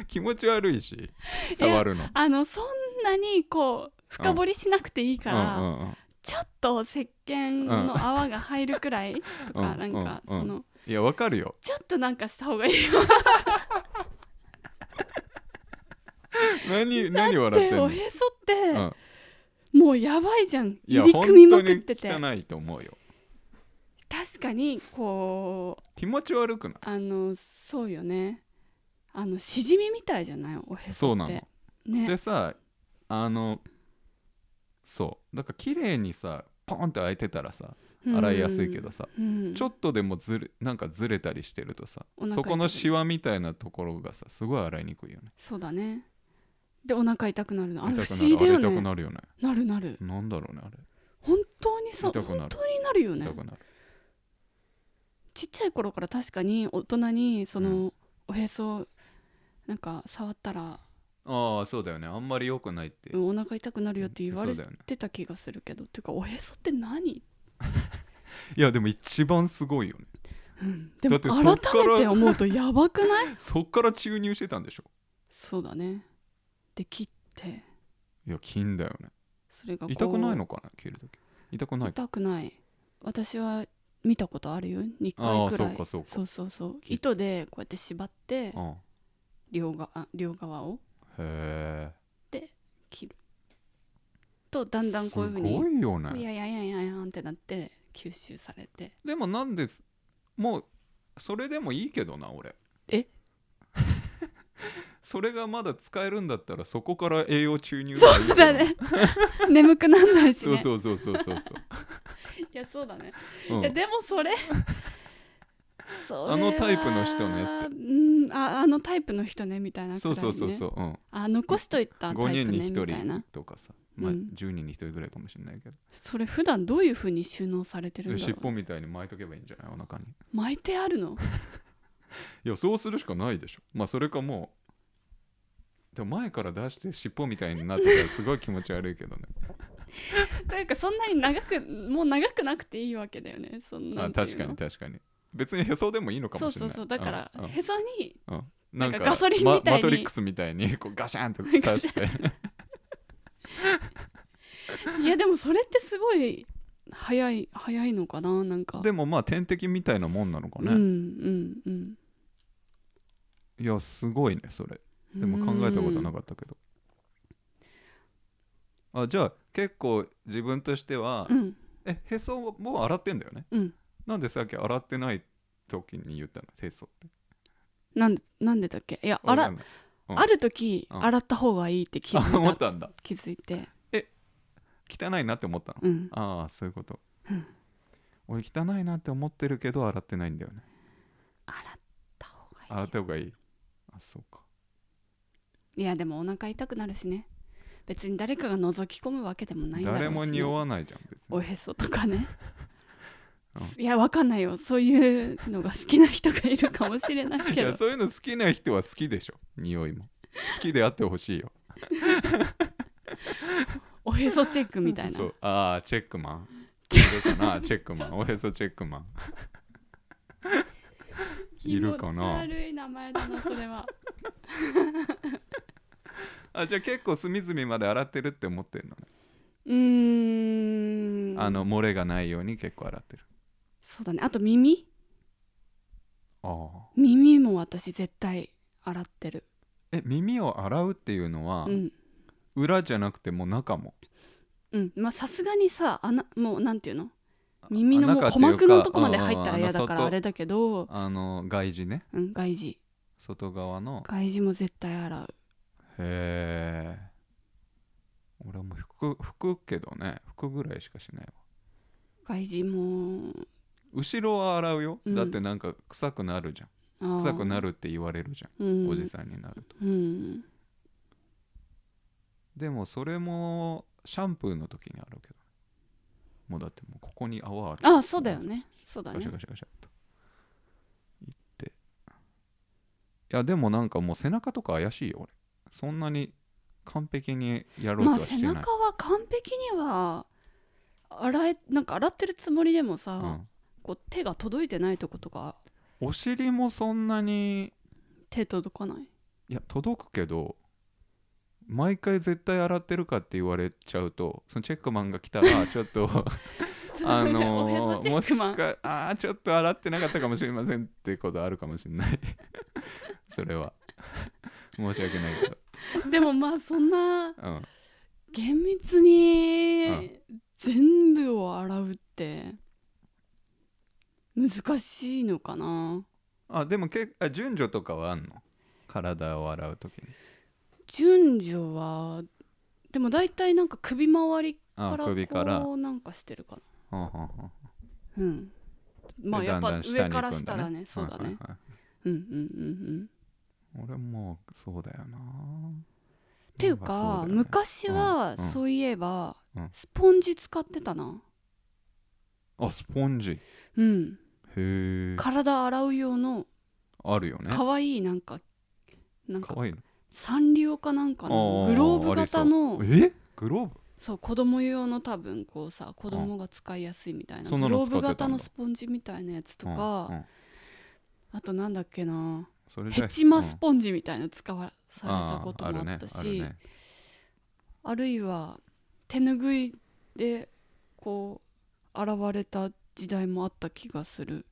気持ち悪いし触るのあのそんなにこう深掘りしなくていいから、うんうんうん、ちょっと石鹸の泡が入るくらいとか、うんなんか、うんうんそのいやわかるよちょっとなんかした方がいいよ何何っ笑っててんおのへそって、うんもうやばいじゃんいや入り組みま本く当っにてて汚いと思うよ確かにこう気持ち悪くないあのそうよねあのしじみみたいじゃないおへそってそうなのねでさあのそうだから綺麗にさポンって開いてたらさ洗いやすいけどさ、うんちょっとでもずれなんかずれたりしてるとさお腹痛そくこのシワみたいなところがさすごい洗いにくいよねそうだねでお腹痛くなるのあれ不痛く思議だよなるあれ痛くねなるよねなるなるなんだろうねあれ本当にそう痛くなる本当になるよね痛くなるちっちゃい頃から確かに大人にその、うおへそなんか触ったらああそうだよねあんまり良くないってうんお腹痛くなるよって言われそうだよねてた気がするけど、ていうかおへそって何、いやでも一番すごいよねうん、でだもってそっ改からめて思うとやばくない そっから注入してたんでしょそうだねで切っていや金だよねそれがこう痛くないのかな切るとき痛くないか痛くない私は見たことあるよ2あ回あくそらういかそうかそうそうそう糸でこうやって縛ってうん両側あ両側をへえ切るとだんだんすこういうふうごにいよいねやいやいやいやいやんってなって吸収され てでもなんでもうそれでもいいけどな俺え それがまだ使えるんだったらそこから栄養注入がいいそようだね 眠くなんないしそうねそうそうそうそういやそうだね、そう、いうやん、でもそれそれ はあのタイプの人ねってうんああのタイプの人ねみたいなくそらうい、ね、そうそうそう、うん、あ残しといたタイプ5人ねにみた1いな人とかさ、まあ、うん10人に1人ぐらいかもしれないけど、それ普段どういうふうに収納されてるんだ尻ろ尾うみたいに巻いとけばいいんじゃないお腹に巻いてあるの いやそうするしかないでしょまあそれかもうでも前から出して尻尾みたいになってたらすごい気持ち悪いけどねというかそんなに長くもう長くなくていいわけだよねそんなあんていうの確かに確かに別にへそでもいいのかそもうしれそないうそうだからうんうんへそになんなかんかガソリンみたいにまマトリックスみたいにこうガシャンって刺していやでもそれってすごい早い早いのかななんかでもまあ点滴みたいなもんなのかうんね、うんうんいやすごいねそれでも考えたことなかったけどあじゃあ結構自分としては、うんえへそをもう洗ってんだよねうんなんでさっき洗ってない時に言ったのへそってなんなんでだっけいやあわからんないうんある時うん洗った方がいいって気あ思づいったたんだ気づいて汚いなって思ったの、うんああそういうこと、うん俺汚いなって思ってるけど洗ってないんだよね洗った方洗がった方がいいあそうかいいいやでもお腹痛くなるしね別に誰かが覗き込むわけでもないんだろうし、ね、誰も匂わないじゃん別おにへそと かね、いやわかんないよそういうのが好きな人がいるかもしれないいけやどそういうの好きな人は好きでしょ匂いも好きであってほしいよおへそチェック みたいなそうああチェックマ ンいるかなチェックマンおへそチェックマンいるかな気持ち悪い名前だなそれはあじゃあ結構隅々まで洗ってるって思ってるのね、 うーんあの漏れがないように結構洗ってるそうだねあと耳ああ耳も私絶対洗ってるえ耳を洗うっていうのは、うん裏じゃなくてもう中もうんまあさすがにさ穴もうなんていうのあ耳のもう中って鼓いうか膜のとこまで入ったら嫌だうんうんうかんらあのあれだけど、あの外耳ねうん、外耳外側の外耳も絶対洗うへえ俺も拭く拭くけどね拭くぐらいしかしないわ外耳も後ろは洗うよ、うんだってなんか臭くなるじゃん臭臭くなる、るって言われるじゃ、うんん、おじさんになるとうんでもそれもシャンプーの時に洗うけどもうだってもうここに泡あるあそうだよねそうだガシねャガシャガシャっといっていやでもなんかもう背中とか怪しいよ俺そんなに完璧にやろうとはまあして背ない、中は完璧には洗えなんか洗ってるつもりでもさ、うん、こう手が届いてないとことかお尻もそんなに手届かないいや届くけど毎回絶対洗ってるかって言われちゃうとそのチェックマンが来た らちょっとあのおへもそチしェックマンかあーちょっと洗ってなかったかもしれませんってことあるかもしれない それは申し訳ないけど、でもまあそんなうん、厳密に全部を洗うって難しいのかなあでもけあ順序とかはあんの体を洗う時に順序はでも大体なんか首周りあから首からこうなんかしてるかなほんほんほんうんまあでやっぱだんだん下上にか行らくん下だねそうだはいねはいはいうんうんうん俺もそうだよなっ。ていうかなんそうだよね昔はうんうんそういえばうんスポンジ使ってたなあスポンジへうんえ体洗う用のあるよね。可愛いなんかなんかかわいいの。サンリオかなんかのあグローブ型のありそうえグローブそう子供用の多分こうさ子供が使いやすいみたいなそんグなロのー使ってたブんだ型のスポンジみたいなやつとか、うんうんあとなんだっけなそれでヘチマスうんポンジみたいな使わされあたーこともあったしあるるねあるねいは手ぬぐいでこう現れた時代もあった気がする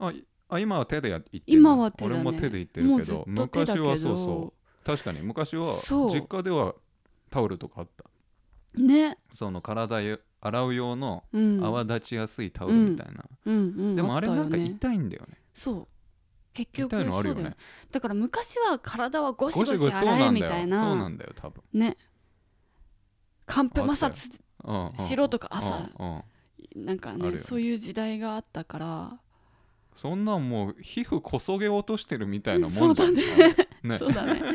あいあ今は手でやってる今は手だね俺も手で言ってるもけうずっどと手だ昔けどはそうそう確かに昔はそう実家ではタオルとかあったね、その体ゆ洗う用のうん、泡立ちやすいタオルみたいな、うんうんでもあれったなよんかね痛いんだよねそう結局痛いのあるよそうだねだから昔は体はゴシゴゴシシゴシそう洗なえんみだよたそいうななんだよ多分ね寒風摩あっ擦うんうんしろとか朝うんうんなんかあねるよねそういう時代があったからそんなんもう皮膚こそげ落としてるみたいなうんもんじゃん そうねそうだねだか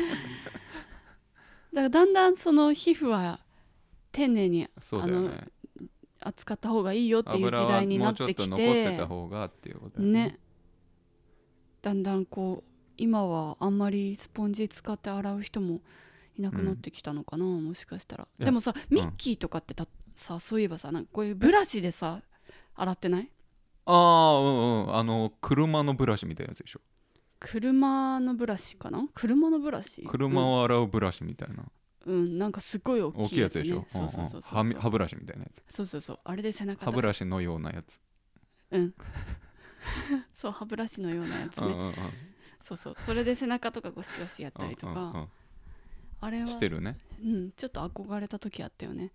らだんだんその皮膚は丁寧にそうだよね扱った方がいいよっていう油時は代にもなうっちょってとき残っててた方がっていうことだよねだんだんこう今はあんまりスポンジ使って洗う人もいなくなってきたのかな、もしかしたらやでもさんミッキーとかってたさそういえばさなんかこういうブラシでさ洗ってないああうんうんあの車のブラシみたいなやつでしょ車のブラシかな車のブラシ車を洗うブラシみたいな、うん、うんなんかすごい大大ききいいややつ,、つね、でしょ、そうそうそうそううんうん歯歯ブラシみたいなやつそうそうそうあれで背中歯ブラシのようなやつ、うん。そう歯ブラシのようなやつうんうんね。うんそうそう。それで背中とかゴシゴシやったりとうんうか、んあれうんはしてるねうんちょっと憧れた時あったよね。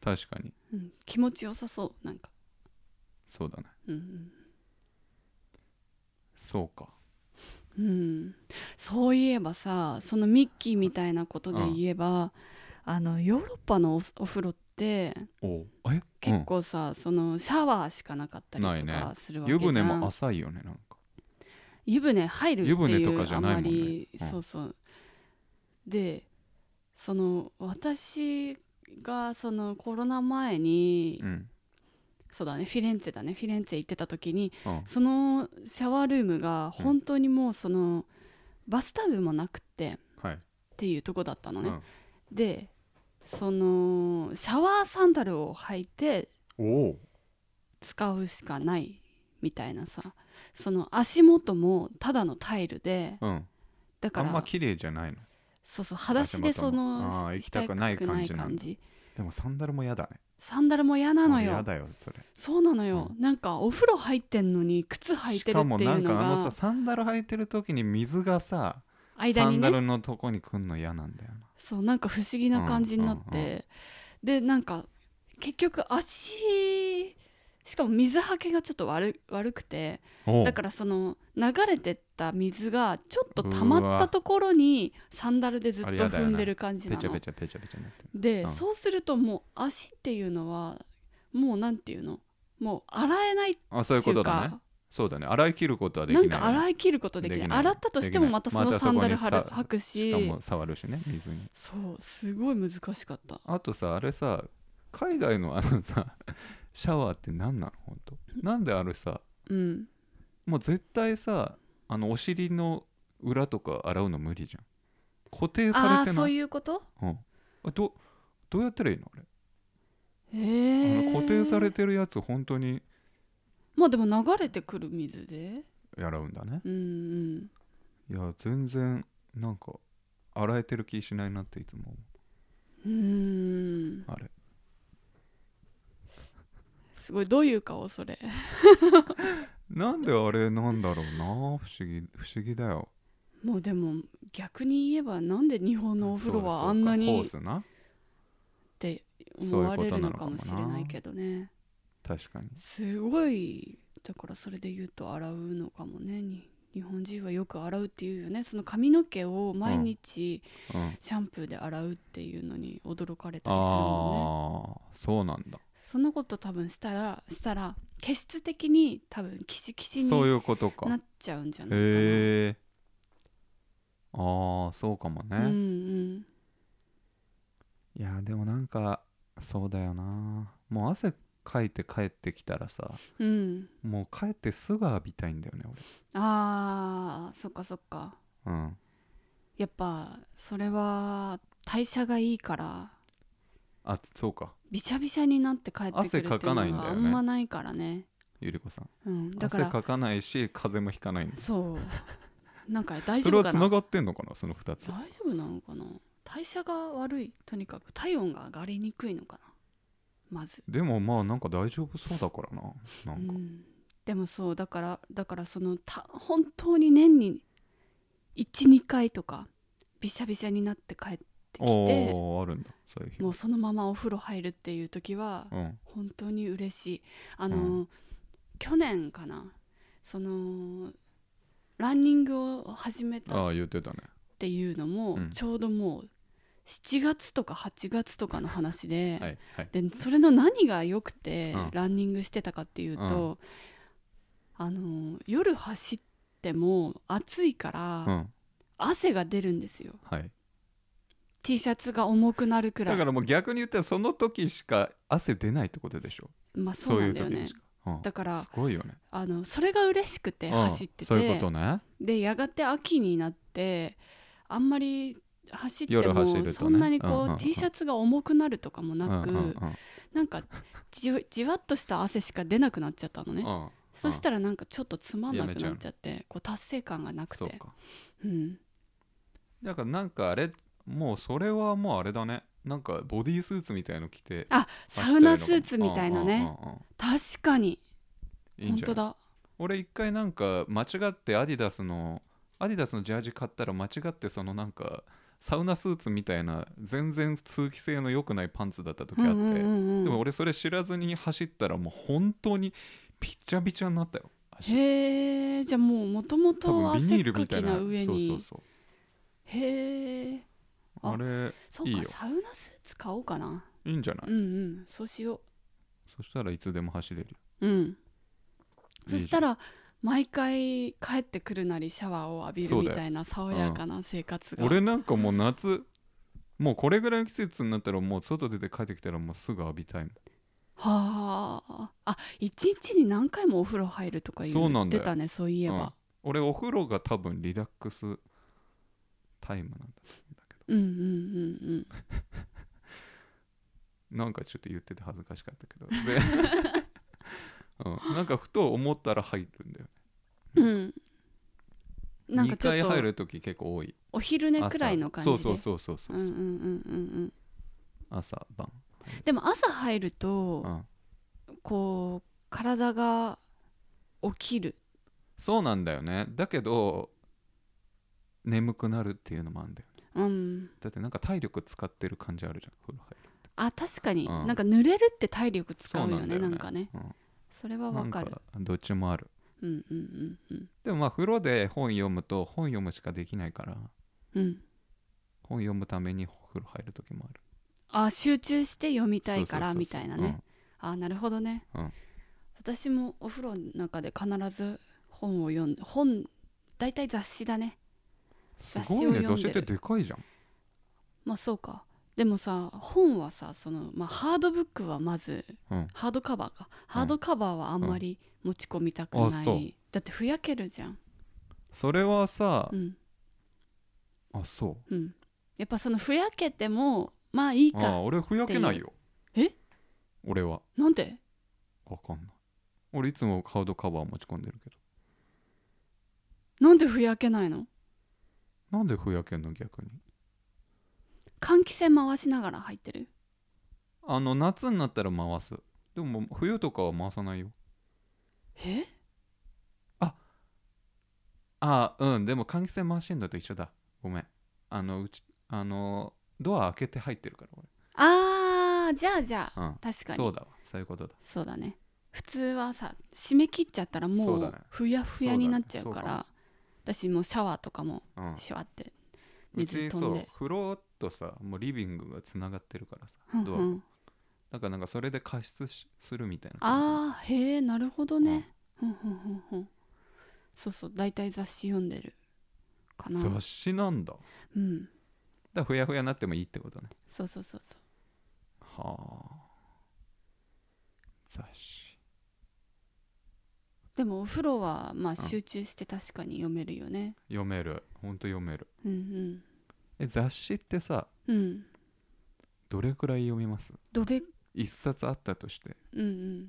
確かにうん気持ちよさそうなんか。そうだねうんそうかうんうん。そういえばさ、そのミッキーみたいなことで言えば、あのヨーロッパのおお風呂っておうえ結構さ、そのシャワーしかなかったりなといねかするうわんけじゃ湯ん。船も浅いよねなんか湯船入るっていう湯船とかじゃないもんねあまり、うんそうそうでその私がそのコロナ前に、うんそうだねフィレンツェだねフィレンツェ行ってた時にうんそのシャワールームがうん本当にもうその、バスタブもなくてはいっていうとこだったのうね、んでそのシャワーサンダルを履いておお使うしかないみたいなさその足元もただのタイルでうんだかあらんま綺麗じゃないのそうそう裸足で足元そものあーし行きたくない感じしたくなんだでもサンダルも嫌だねサンダルも嫌なの俺嫌よだよそれそうなのよ、なんかお風呂入ってんのに靴履いてしるかもっていなうんのかあのさがサンダル履いてる時に水がさ、間サにンダねルのとこに来んの嫌なんだよなそうなんか不思議な感じになって、うんうんうでなんか結局足しかも水はけがちょっと悪悪くておうだからその流れてった水がちょっと溜まうったわところにサンダルでずっとあれやだよ踏ねんでる感じペなチャのペチャペチャペチャなってるで、うんそうするともう足っていうのはもうなんていうのもう洗えないってあそういういことうだかねそうだね洗い切ることはできなないんよねか洗い切ることできないできない洗ったとしてもまたそできのないサンダルはるまたそこにさ履くししかも触るしね水にそうすごい難しかったあとさあれさ海外のあのさ シャワーって何なの本当なんであれさうんもう絶対さあのお尻の裏とか洗うの無理じゃん固定さあれあてそなういいうことうんあどどうやったらいいのあれえあのえ固定されてるやつ本当にまあでも流れてくる水でやらうんだねうんうんいや全然なんか洗えてる気しないなっていつも思うーんうあれすごいどういう顔それなんであれなんだろうな不思議不思議だよもうでも逆に言えばなんで日本のお風呂はあんそなうにだっそうだホースなてそ思ういうわこれとるなののかかももなしれないけどね確かにすごいだからそれで言うと洗うのかもねに日本人はよく洗うっていうよねその髪の毛を毎日うんシャンプーで洗うっていうのに驚かれたりするもんね、ああそうなんだそんなこと多分したらしたら気質的に多分キシキシそうにいうことかなっちゃうんじゃないかへな、えああそうかもね、うんういんやでもなんかそうだよなもう汗かいて帰ってきたらさうんもう帰ってすぐ浴びたいんだよねあーそっかそっか俺うんやっぱそれは代謝がいいからあそうかびしゃびしゃになって帰ってくるっていう汗かかないんのだよはねあんまないからねゆりこさんうん、だか汗らかかないし風邪もひかないんだそうなんか大そ丈れ夫はかつなながってんのかなその2つ大丈夫なのかな代謝が悪いとにかく体温が上がりにくいのかなまず、でもまあなんか大丈夫そうだからななうんか、ん、でもそうだからだからそのた本当に年に12回とかびしゃびしゃになって帰ってきておーあるんだそういう日もうそのままお風呂入るっていう時はうん本当に嬉しいあの、う去年かなそのランニングを始めたああ言ってたねっていうのも、うんちょうどもう7月とか8月とかの話で,、はいはいでそれの何が良くて、うんランニングしてたかっていうと、あの夜走っても暑いから、うん汗が出るんですよはい T シャツが重くなるくらいだからもう逆に言ったらその時しか汗出ないってことでしょまあそそううないんうだよ時ねにしか、うんだからすごいよねあのそれが嬉しくてうん走ってて、そういうことねでやがて秋になってあんまり走って夜も走るとねそんなにこう、うんうんうん T シャツが重くなるとかもなく、うんうんうんなんかじわじわっとした汗しか出なくなっちゃったのね、うんそしたらなんかちょっとつまんやなめくちゃなうっのちゃってこう達成感がなくそうてかうん、だからなんかあれもうそれはもうあれだねなんかボディースーツみたいの着てあサウナスーツみたいなね確かにいいん本じゃない当だ俺一回なんか間違ってアディダスのアディダスのジャージ買ったら間違ってそのなんかサウナスーツみたいな全然通気性の良くないパンツだった時あって、うんうんうんうんでも俺それ知らずに走ったらもう本当にピッチャピチャになったよ足へえじゃあもうもとも多と分ビニ汗ーっルみかたいきなな上にそうそうへえそうああれそうかいいよサウナスーツ買おうかないいんじゃない、うんうんそうしよそしたらいつでも走れるよううんいいじゃそんしたら毎回帰ってくるなりシャワーを浴びるみそうだたいな爽やかな生活が、俺なんかもう夏もうこれぐらいの季節になったらもう外出て帰ってきたらもうすぐ浴びたいもんはああ一日に何回もお風呂入るとかそう言なっんだてよたねそういえば俺お風呂が多分リラックスタイムなんだうんうんうんなんかちょっと言ってて恥ずかしかったけどで、うん、なんかふと思ったら入るんだようんうんなんか2ちょっ回入とる時結構多いお昼寝くらいの感じで朝そうそうそうそうそう、うんうんうんうん朝晩、うんでも朝入ると、うん、こう体が起きるそうなんだよねだけど眠くなるっていうのもあるんだようんだってなんか体力使ってる感じあるじゃん風呂入るあ確かに、うんなんか濡れるって体力使うよそうなんだよねねなんかねうんそれはなわんかるかどっちもあるうんうんうんうんでもまあ風呂で本読むと本読むしかできないからうん本読むためにお風呂入る時もあるあ集中して読みたそういかそうそうらそうみたいなね、あなるほどね、うん私もお風呂の中で必ず本を読んで本大体雑誌だねすごいね雑誌を読雑ん誌でっるてでかいじゃんまあそうかでもさ本はさその、まあ、ハードブックはまず、うんハードカバーかハードカバーはあんまり持ち込みたくあない、そうだってふやけるじゃんそれはさう、んあそうんやっぱそのふやけてもまあいいうあか俺ふやけないよえ俺はなんでわかんない俺いつもハードカバー持ち込んでるけなんでふやけないのどなんでふやけんの逆に換気扇回しながら入ってるあの夏になったら回すでももう冬とかは回さないよえあうんでも換気扇回してんだと一緒だごめんあのうちあのドア開けて入ってるからあーじゃあじゃあ俺うん確かにそうだわそういうことだそうだね普通はさ締め切っちゃったらもそうだうねふやふやになっちゃうそうかだねらそうか私もうシャワーとかもうんシュワってう水ち飛んそうで風呂とさもうリビングがつながってるからさふんドふアがんだからなんかそれで加湿しするみたいな感ああへえなるほどじね、ふんふんふんふんそうそう大体雑誌読んでるかうんな雑誌なんだだかうんらふやふやになってもいいってことねそうそうそうそうはあ雑誌でもお風呂はまあ集中して確かに読めるよね読めるほんと読めるうんえ雑誌ってさうんうんどれくらい読みますどれ一冊あったとしてうんうん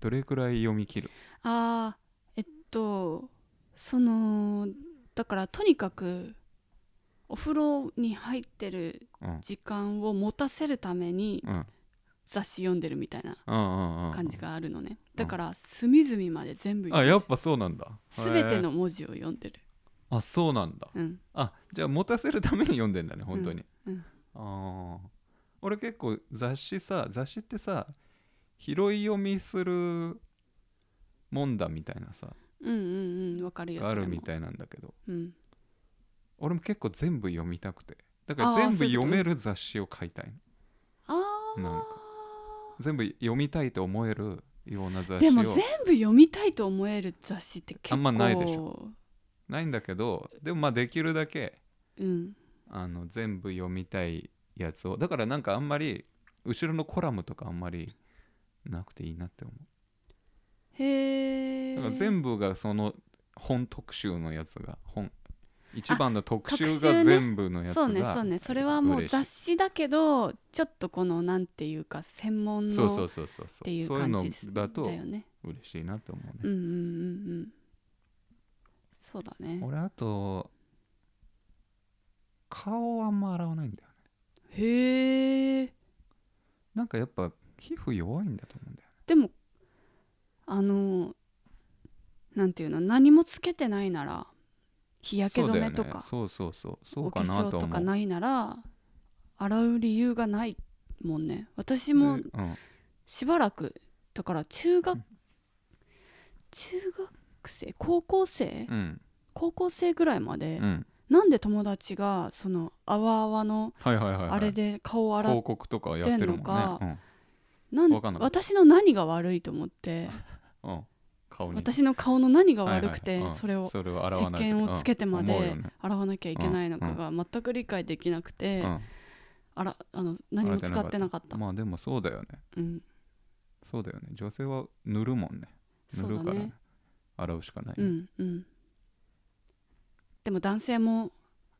どれくらい読み切るあーえっとそのだからとにかくお風呂に入ってるうん時間を持たせるためにうん雑誌読んでるみたいなうんうんうん感じがあるのねんだから隅々まで全部あ読やっぱそうなんだすべてへの文字を読んでるえあそうなんだうんあじゃあ持たせるために読んでんだね本当に、うんああ俺結構雑誌さ雑誌ってさ拾い読みするもんだみたいなさうんうんうんわかるよがあるみいたいなんだけどうん俺も結構全部読みたくてだからあー全部そういうこ読とめる雑誌を買いたいのあなんあ全部読みたいと思えるような雑誌でもを全部読みたいと思える雑誌って結構あんまないでしないんだけどでもまあできるだけうんあの全部読みたいやつをだからなんかあんまり後ろのコラムとかあんまりなくていいなって思うへえだから全部がその本特集のやつが本一番の特集が特集ね全部のやつがそうねそうねそれはもう嬉しい雑誌だけどちょっとこのなんていうか専門そうそのうっそうそうそうていうそういう感のじですだとだよね嬉しいなって思うねうんうんうんうんそうだね俺あと顔あんま洗わないんだよねへえなんかやっぱ皮膚弱いんだと思うんだよねでもあのなんていうの何もつけてないなら日焼けそう止だよめねとか、そうそうそうそうおか化な粧とと思かうないなら洗う理由がないもんね私でもうんしばらくだから中学、うん中学生高校生、うん高校生ぐらいまで、うんなんで友達がその泡泡のはいはいはい、はい、あれで顔を洗っ、広告とかやってるもんねてんのかうんなんわかんなかっ私の何が悪いと思ってうん、顔に私の顔の何が悪くはていはいはいそれうんをそれを石洗わない鹸をつけてまうん思うよでね洗わなきゃいけないのかが全く理解できなくてうんあらあの何も使ってなかったまあでもそうだよねうんそうだよね女性は塗るもんねそ塗るうだから、ね洗うしかない、うんうんでも男性も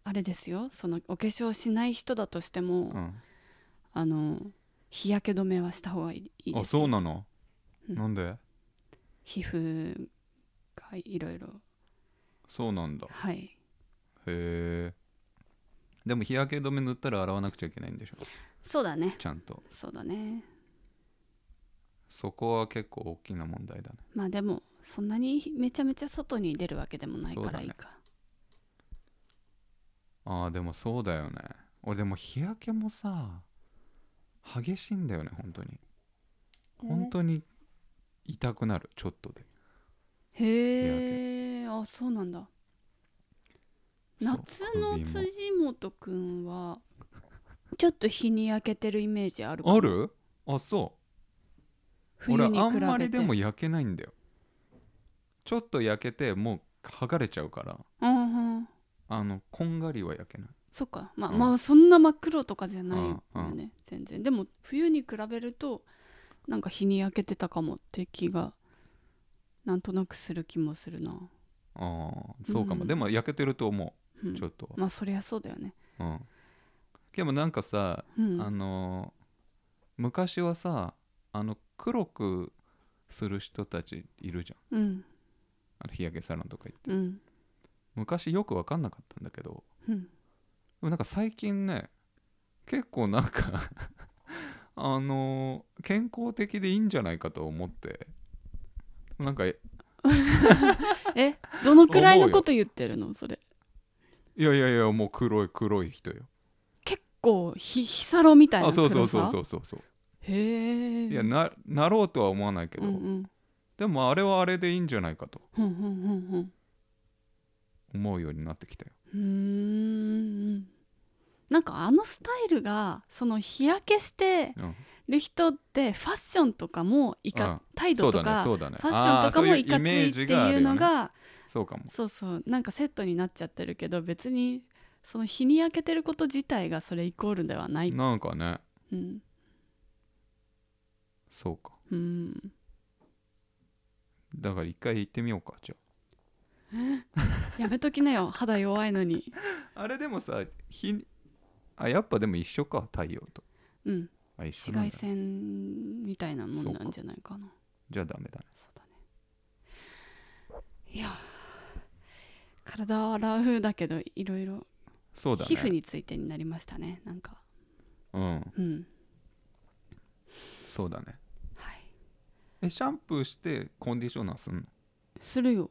あれですよそのお化粧しない人だとしても、うんあの日焼け止めはした方がいいいいですよあそうなの、うんなんで皮膚がいろいろそうなんだへはいえでも日焼け止め塗ったら洗わなくちゃいけないんでしょそうだねちゃんとそうだねそこは結構大きな問題だねまあでもそんなにめちゃめちゃ外に出るわけでもないそうかだらねいいかああでもそうだよね俺でも日焼けもさ激しいんだよね本当に本当に痛くなるちょっとでへえあそうなんだそう夏の首も辻元くんはちょっと日に焼けてるイメージあるかなあるあそう俺冬にあ比べんてまりでも焼けないんだよちょっと焼けてもう剥がれちゃうからうんうんあのこんがりは焼けないそっかまあ、うんまあそんな真っ黒とかじゃないよね、うんう全然でも冬に比べるとなんか日に焼けてたかもって気がなんとなくする気もするな、ああそうかも、うんでも焼けてると思う、うんちょっとはまあそりゃそうだよねうんでもなんかさ、うんあのー昔はさあの黒くする人たちいるじゃんうんあの日焼けサロンとか行って、うん昔よく分かんなかったんだけどうんでもなんか最近ね結構なんか あのー健康的でいいんじゃないかと思ってなんかいえどのくらいのこと言ってるのそれやいやいやもう黒い黒い人よ結構ひ日サロみたいなあ黒そうさそうそうそうそうそうへえいやななろうとは思わないけど、うんうんでもあれはあれでいいんじゃないかとふんふんふんふん思うようになってきたようーんなんかあのスタイルがその日焼けしてうんる人ってファッションとかもいか、うん態そ度うだとねか、そうだねファッションとかあーそもういかつイメいーってジがあるいようねのがそうかもそうそうなんかセットになっちゃってるけど別にその日に焼けてること自体がそれイコールではない、なんかねうんそうかうん、だから一回行ってみようかじゃやめときなよ肌弱いのにああれでもさ日あやっぱでも一緒か太陽とうんあ一緒紫なん外だ線みたいなもんなんじゃないかなじゃあダメだねそうだねいやー体はラフだけどいろいろそうだね皮膚についてになりましたねなんかうんうんそうだねはいえシャンプーしてコンディショナーすんのするよ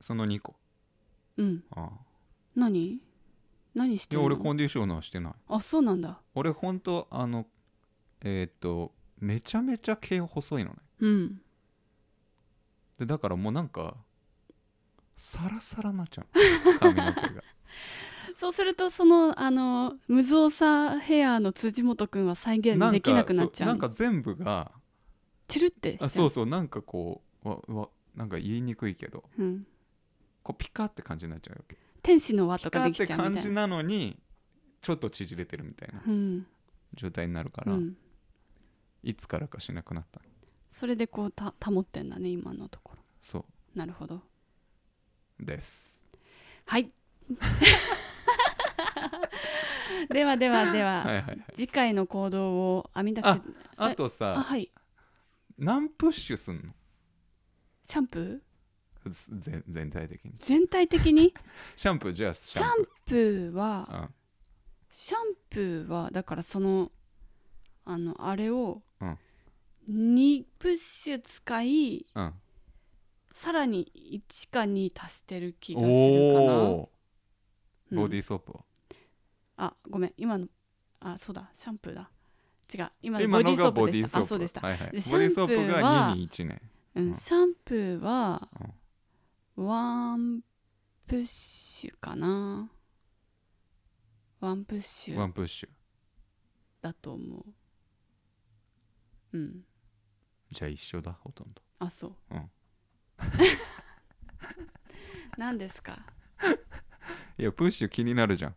その2個うんああ何何しいてやる俺コのンディショナーしてないあそうなんだ俺ほんとあのえーっとめちゃめちゃ毛細いのねうんでだからもうなんかサラサラになっちゃう の髪の毛がそうするとそのあの無造作ヘアの辻元君は再現んかできなくなっちゃそううなんか全部がチュルってしてあそうそうなんかこうわわなんか言いにくいけどう、ん、こうピカって感じになっちゃうわけ天使の輪ピとカかでっきてちゃう感みたじいななのにちょっと縮れてるみたいなうん状態になるかうら、んいつからかしなくなったそれでこうた保ってんだね今のところそなるほどうですはい ではではでは、はいはいはい次回の行動をあみだけあとあさはい何プッシュすんシャンプーのぜ全体的に全体的にシャンプーじゃあシシャャンンププーはーシャンプーはだからそのあのあれをうん2プッシュ使いうんうんさらに1か2足してる気がするかな、おうーんボディーソープを、あごめん今のあそうだシャンプーだ違う今の今ボデのィーソがーボプデでィしーソープたあそうでした、はいはい、でシボディーャソンーププーがは2に1ね、ううんん、シャンプーはうんワンプッシュかなワンプッシワュンプッシュだと思ううんじゃあ一緒だほとんどあそう、うん、 何ですかいやプッシュ気になるじゃん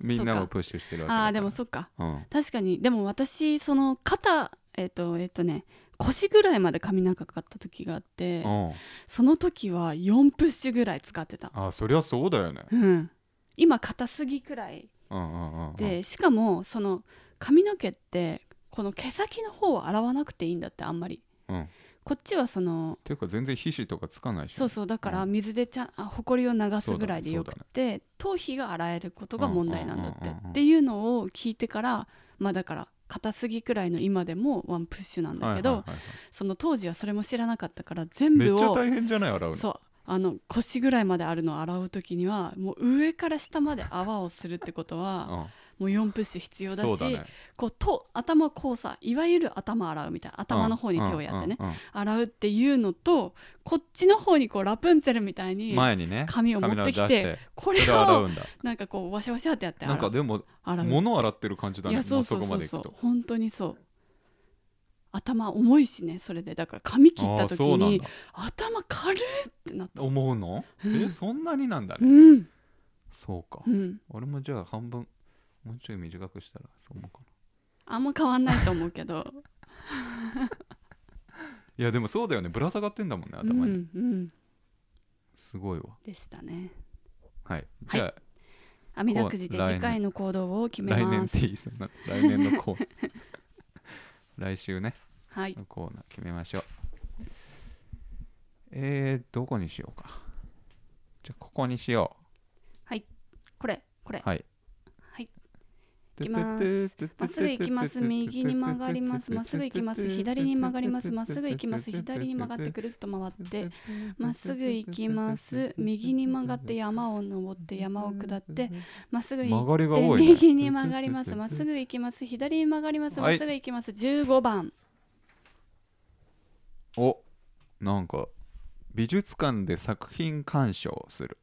みんなそうもかプッシュしてるわけだからあーでもそっかうん確かにでも私その肩えっ、とえっ、とね腰ぐらいまで髪長かった時があってうん、その時は4プッシュぐらい使ってたあーそりゃそうだよねうん今肩杉くらいうんうんうんうんでしかもその髪の毛ってこの毛先の方を洗わなくていいんだってあんまりうんこっちはそのていうか全然皮脂とかつかないしそうそうだからう水でちゃんあほこりを流すぐらいでよくそうて、頭皮が洗えることが問題なんだって、うんうんうんうんっていうのを聞いてからまあだから片杉くらいの今でもワンプッシュなんだけど、はいはいはいはいその当時はそれも知らなかったから全め部っちゃを大変じゃない洗うのそうあの腰ぐらいまであるのを洗う時にはもう上から下まで泡をするってこ とはもう4プッシュ必う要んだしそうだねこうと頭こうさいわゆる頭洗うみたいな頭の方に手をやってね、うんうんうん洗うっていうのとこっちの方にこうラプンツェルみたいに前にね髪を持ってきて髪の毛出こそれれ洗をうんだなんかこうワシャワシャってやって洗なうんかでも洗う物洗ってる感じだいねやもそううそそうこそまうでいくそうと本当にそう頭重いしねそれでだから髪切ったあー時そうなんにだ頭軽いってなった思うのうえんそんなになんだうねんそうかうん俺もじゃあ半分もうちょい短くしたらそう思うかなあんま変わんないと思うけどいやでもそうだよねぶら下がってんだもんねう ん頭うにんすごいわでしたねはいじゃああみだくじでこう来次年回の行動を決め来ま年す T さんな来年の コーナー来週ねはいのコーナー決めましょうえー、どこにしようかじゃあここにしよこれこれうはいはい行きますままっすぐ行きます右に曲がりますまっすぐ行 きます左に曲がりますまっすぐ行きます左に曲がってくるっと回 ってまっすぐ行きます右に曲がって山を登って山を下ってまっすぐ曲行っがりてが多い、ね、右に曲がりますまっすぐ行きます左に曲がりますまはっいすぐ行きます15番おなんか美術館で作品鑑賞する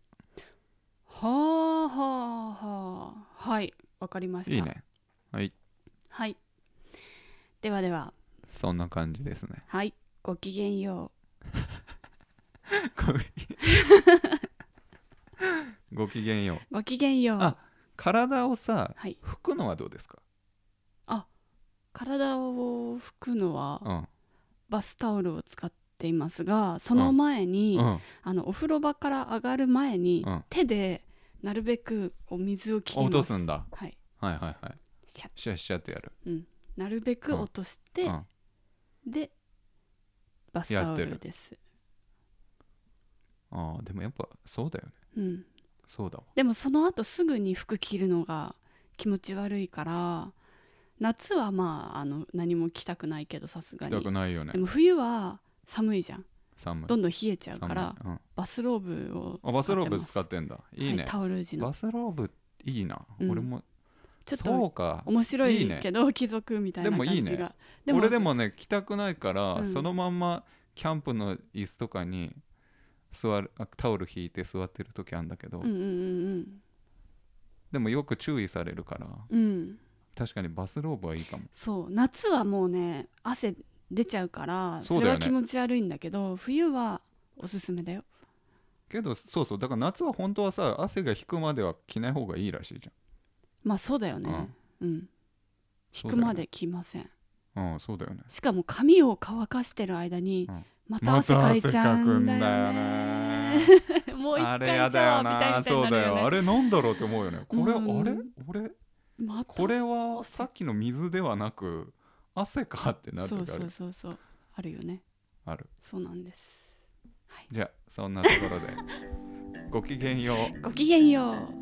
はあはあはあはいわかりましたいいねはいはい。ではではそんな感じですねはいごきげんよごき ごきげんよううごきげんようあ体をさはい拭くのはどうですか体を拭くのはうんバスタオルを使っていますがその前に、うんあのお風呂場から上がる前に、うん手でなるべくこう水を切り落まとすすんだはいはいはいはいシャッシャッシャッとやるなるべく落として、うんでバスタオルです、あーでもやっぱそうだよねうん、そうだわでもその後すぐに服着るのが気持ち悪いから夏はまああの何も着たくないけどさす行がきに、たくないよねでも冬は寒いじゃん寒いどんどん冷えちゃう寒いからうんバスローブをあバスローブます使ってんだいいはねい、タオル地のバスローブいいなうん俺もちょっそとうか面白いいいねけど貴族みたいなで感もじいがいね俺でもね着たくないから、うんそのまんまキャンプの椅子とかに座るあタオル引いて座ってる時あるんだけど、うんうんでもよく注意されるからうんうんうん確かにバスローブはいいかもそう夏はもうね汗出ちゃうからそそうれだよはね気持ち悪いんだけど冬はおすすめだよけどそうそうだから夏は本当はさ汗が引くまでは着ない方がいいらしいじまあそうだよゃん、ねうんそうだ引くよねまで着ませんうん、うん、そうだよねしかも髪を乾かしてる間にうんまた汗かいちゃうんだまよた汗ねか もう一あ回れシやだよャワーみたいなみたいそにうなだるよよねあれなんだろうって思うよねこれ、うんあれ俺またこれはさっきの水ではなく汗かってなるそう時そあるうそうそうあるよねあるそうなんですじゃあそんなところでごきげんようごきげんよう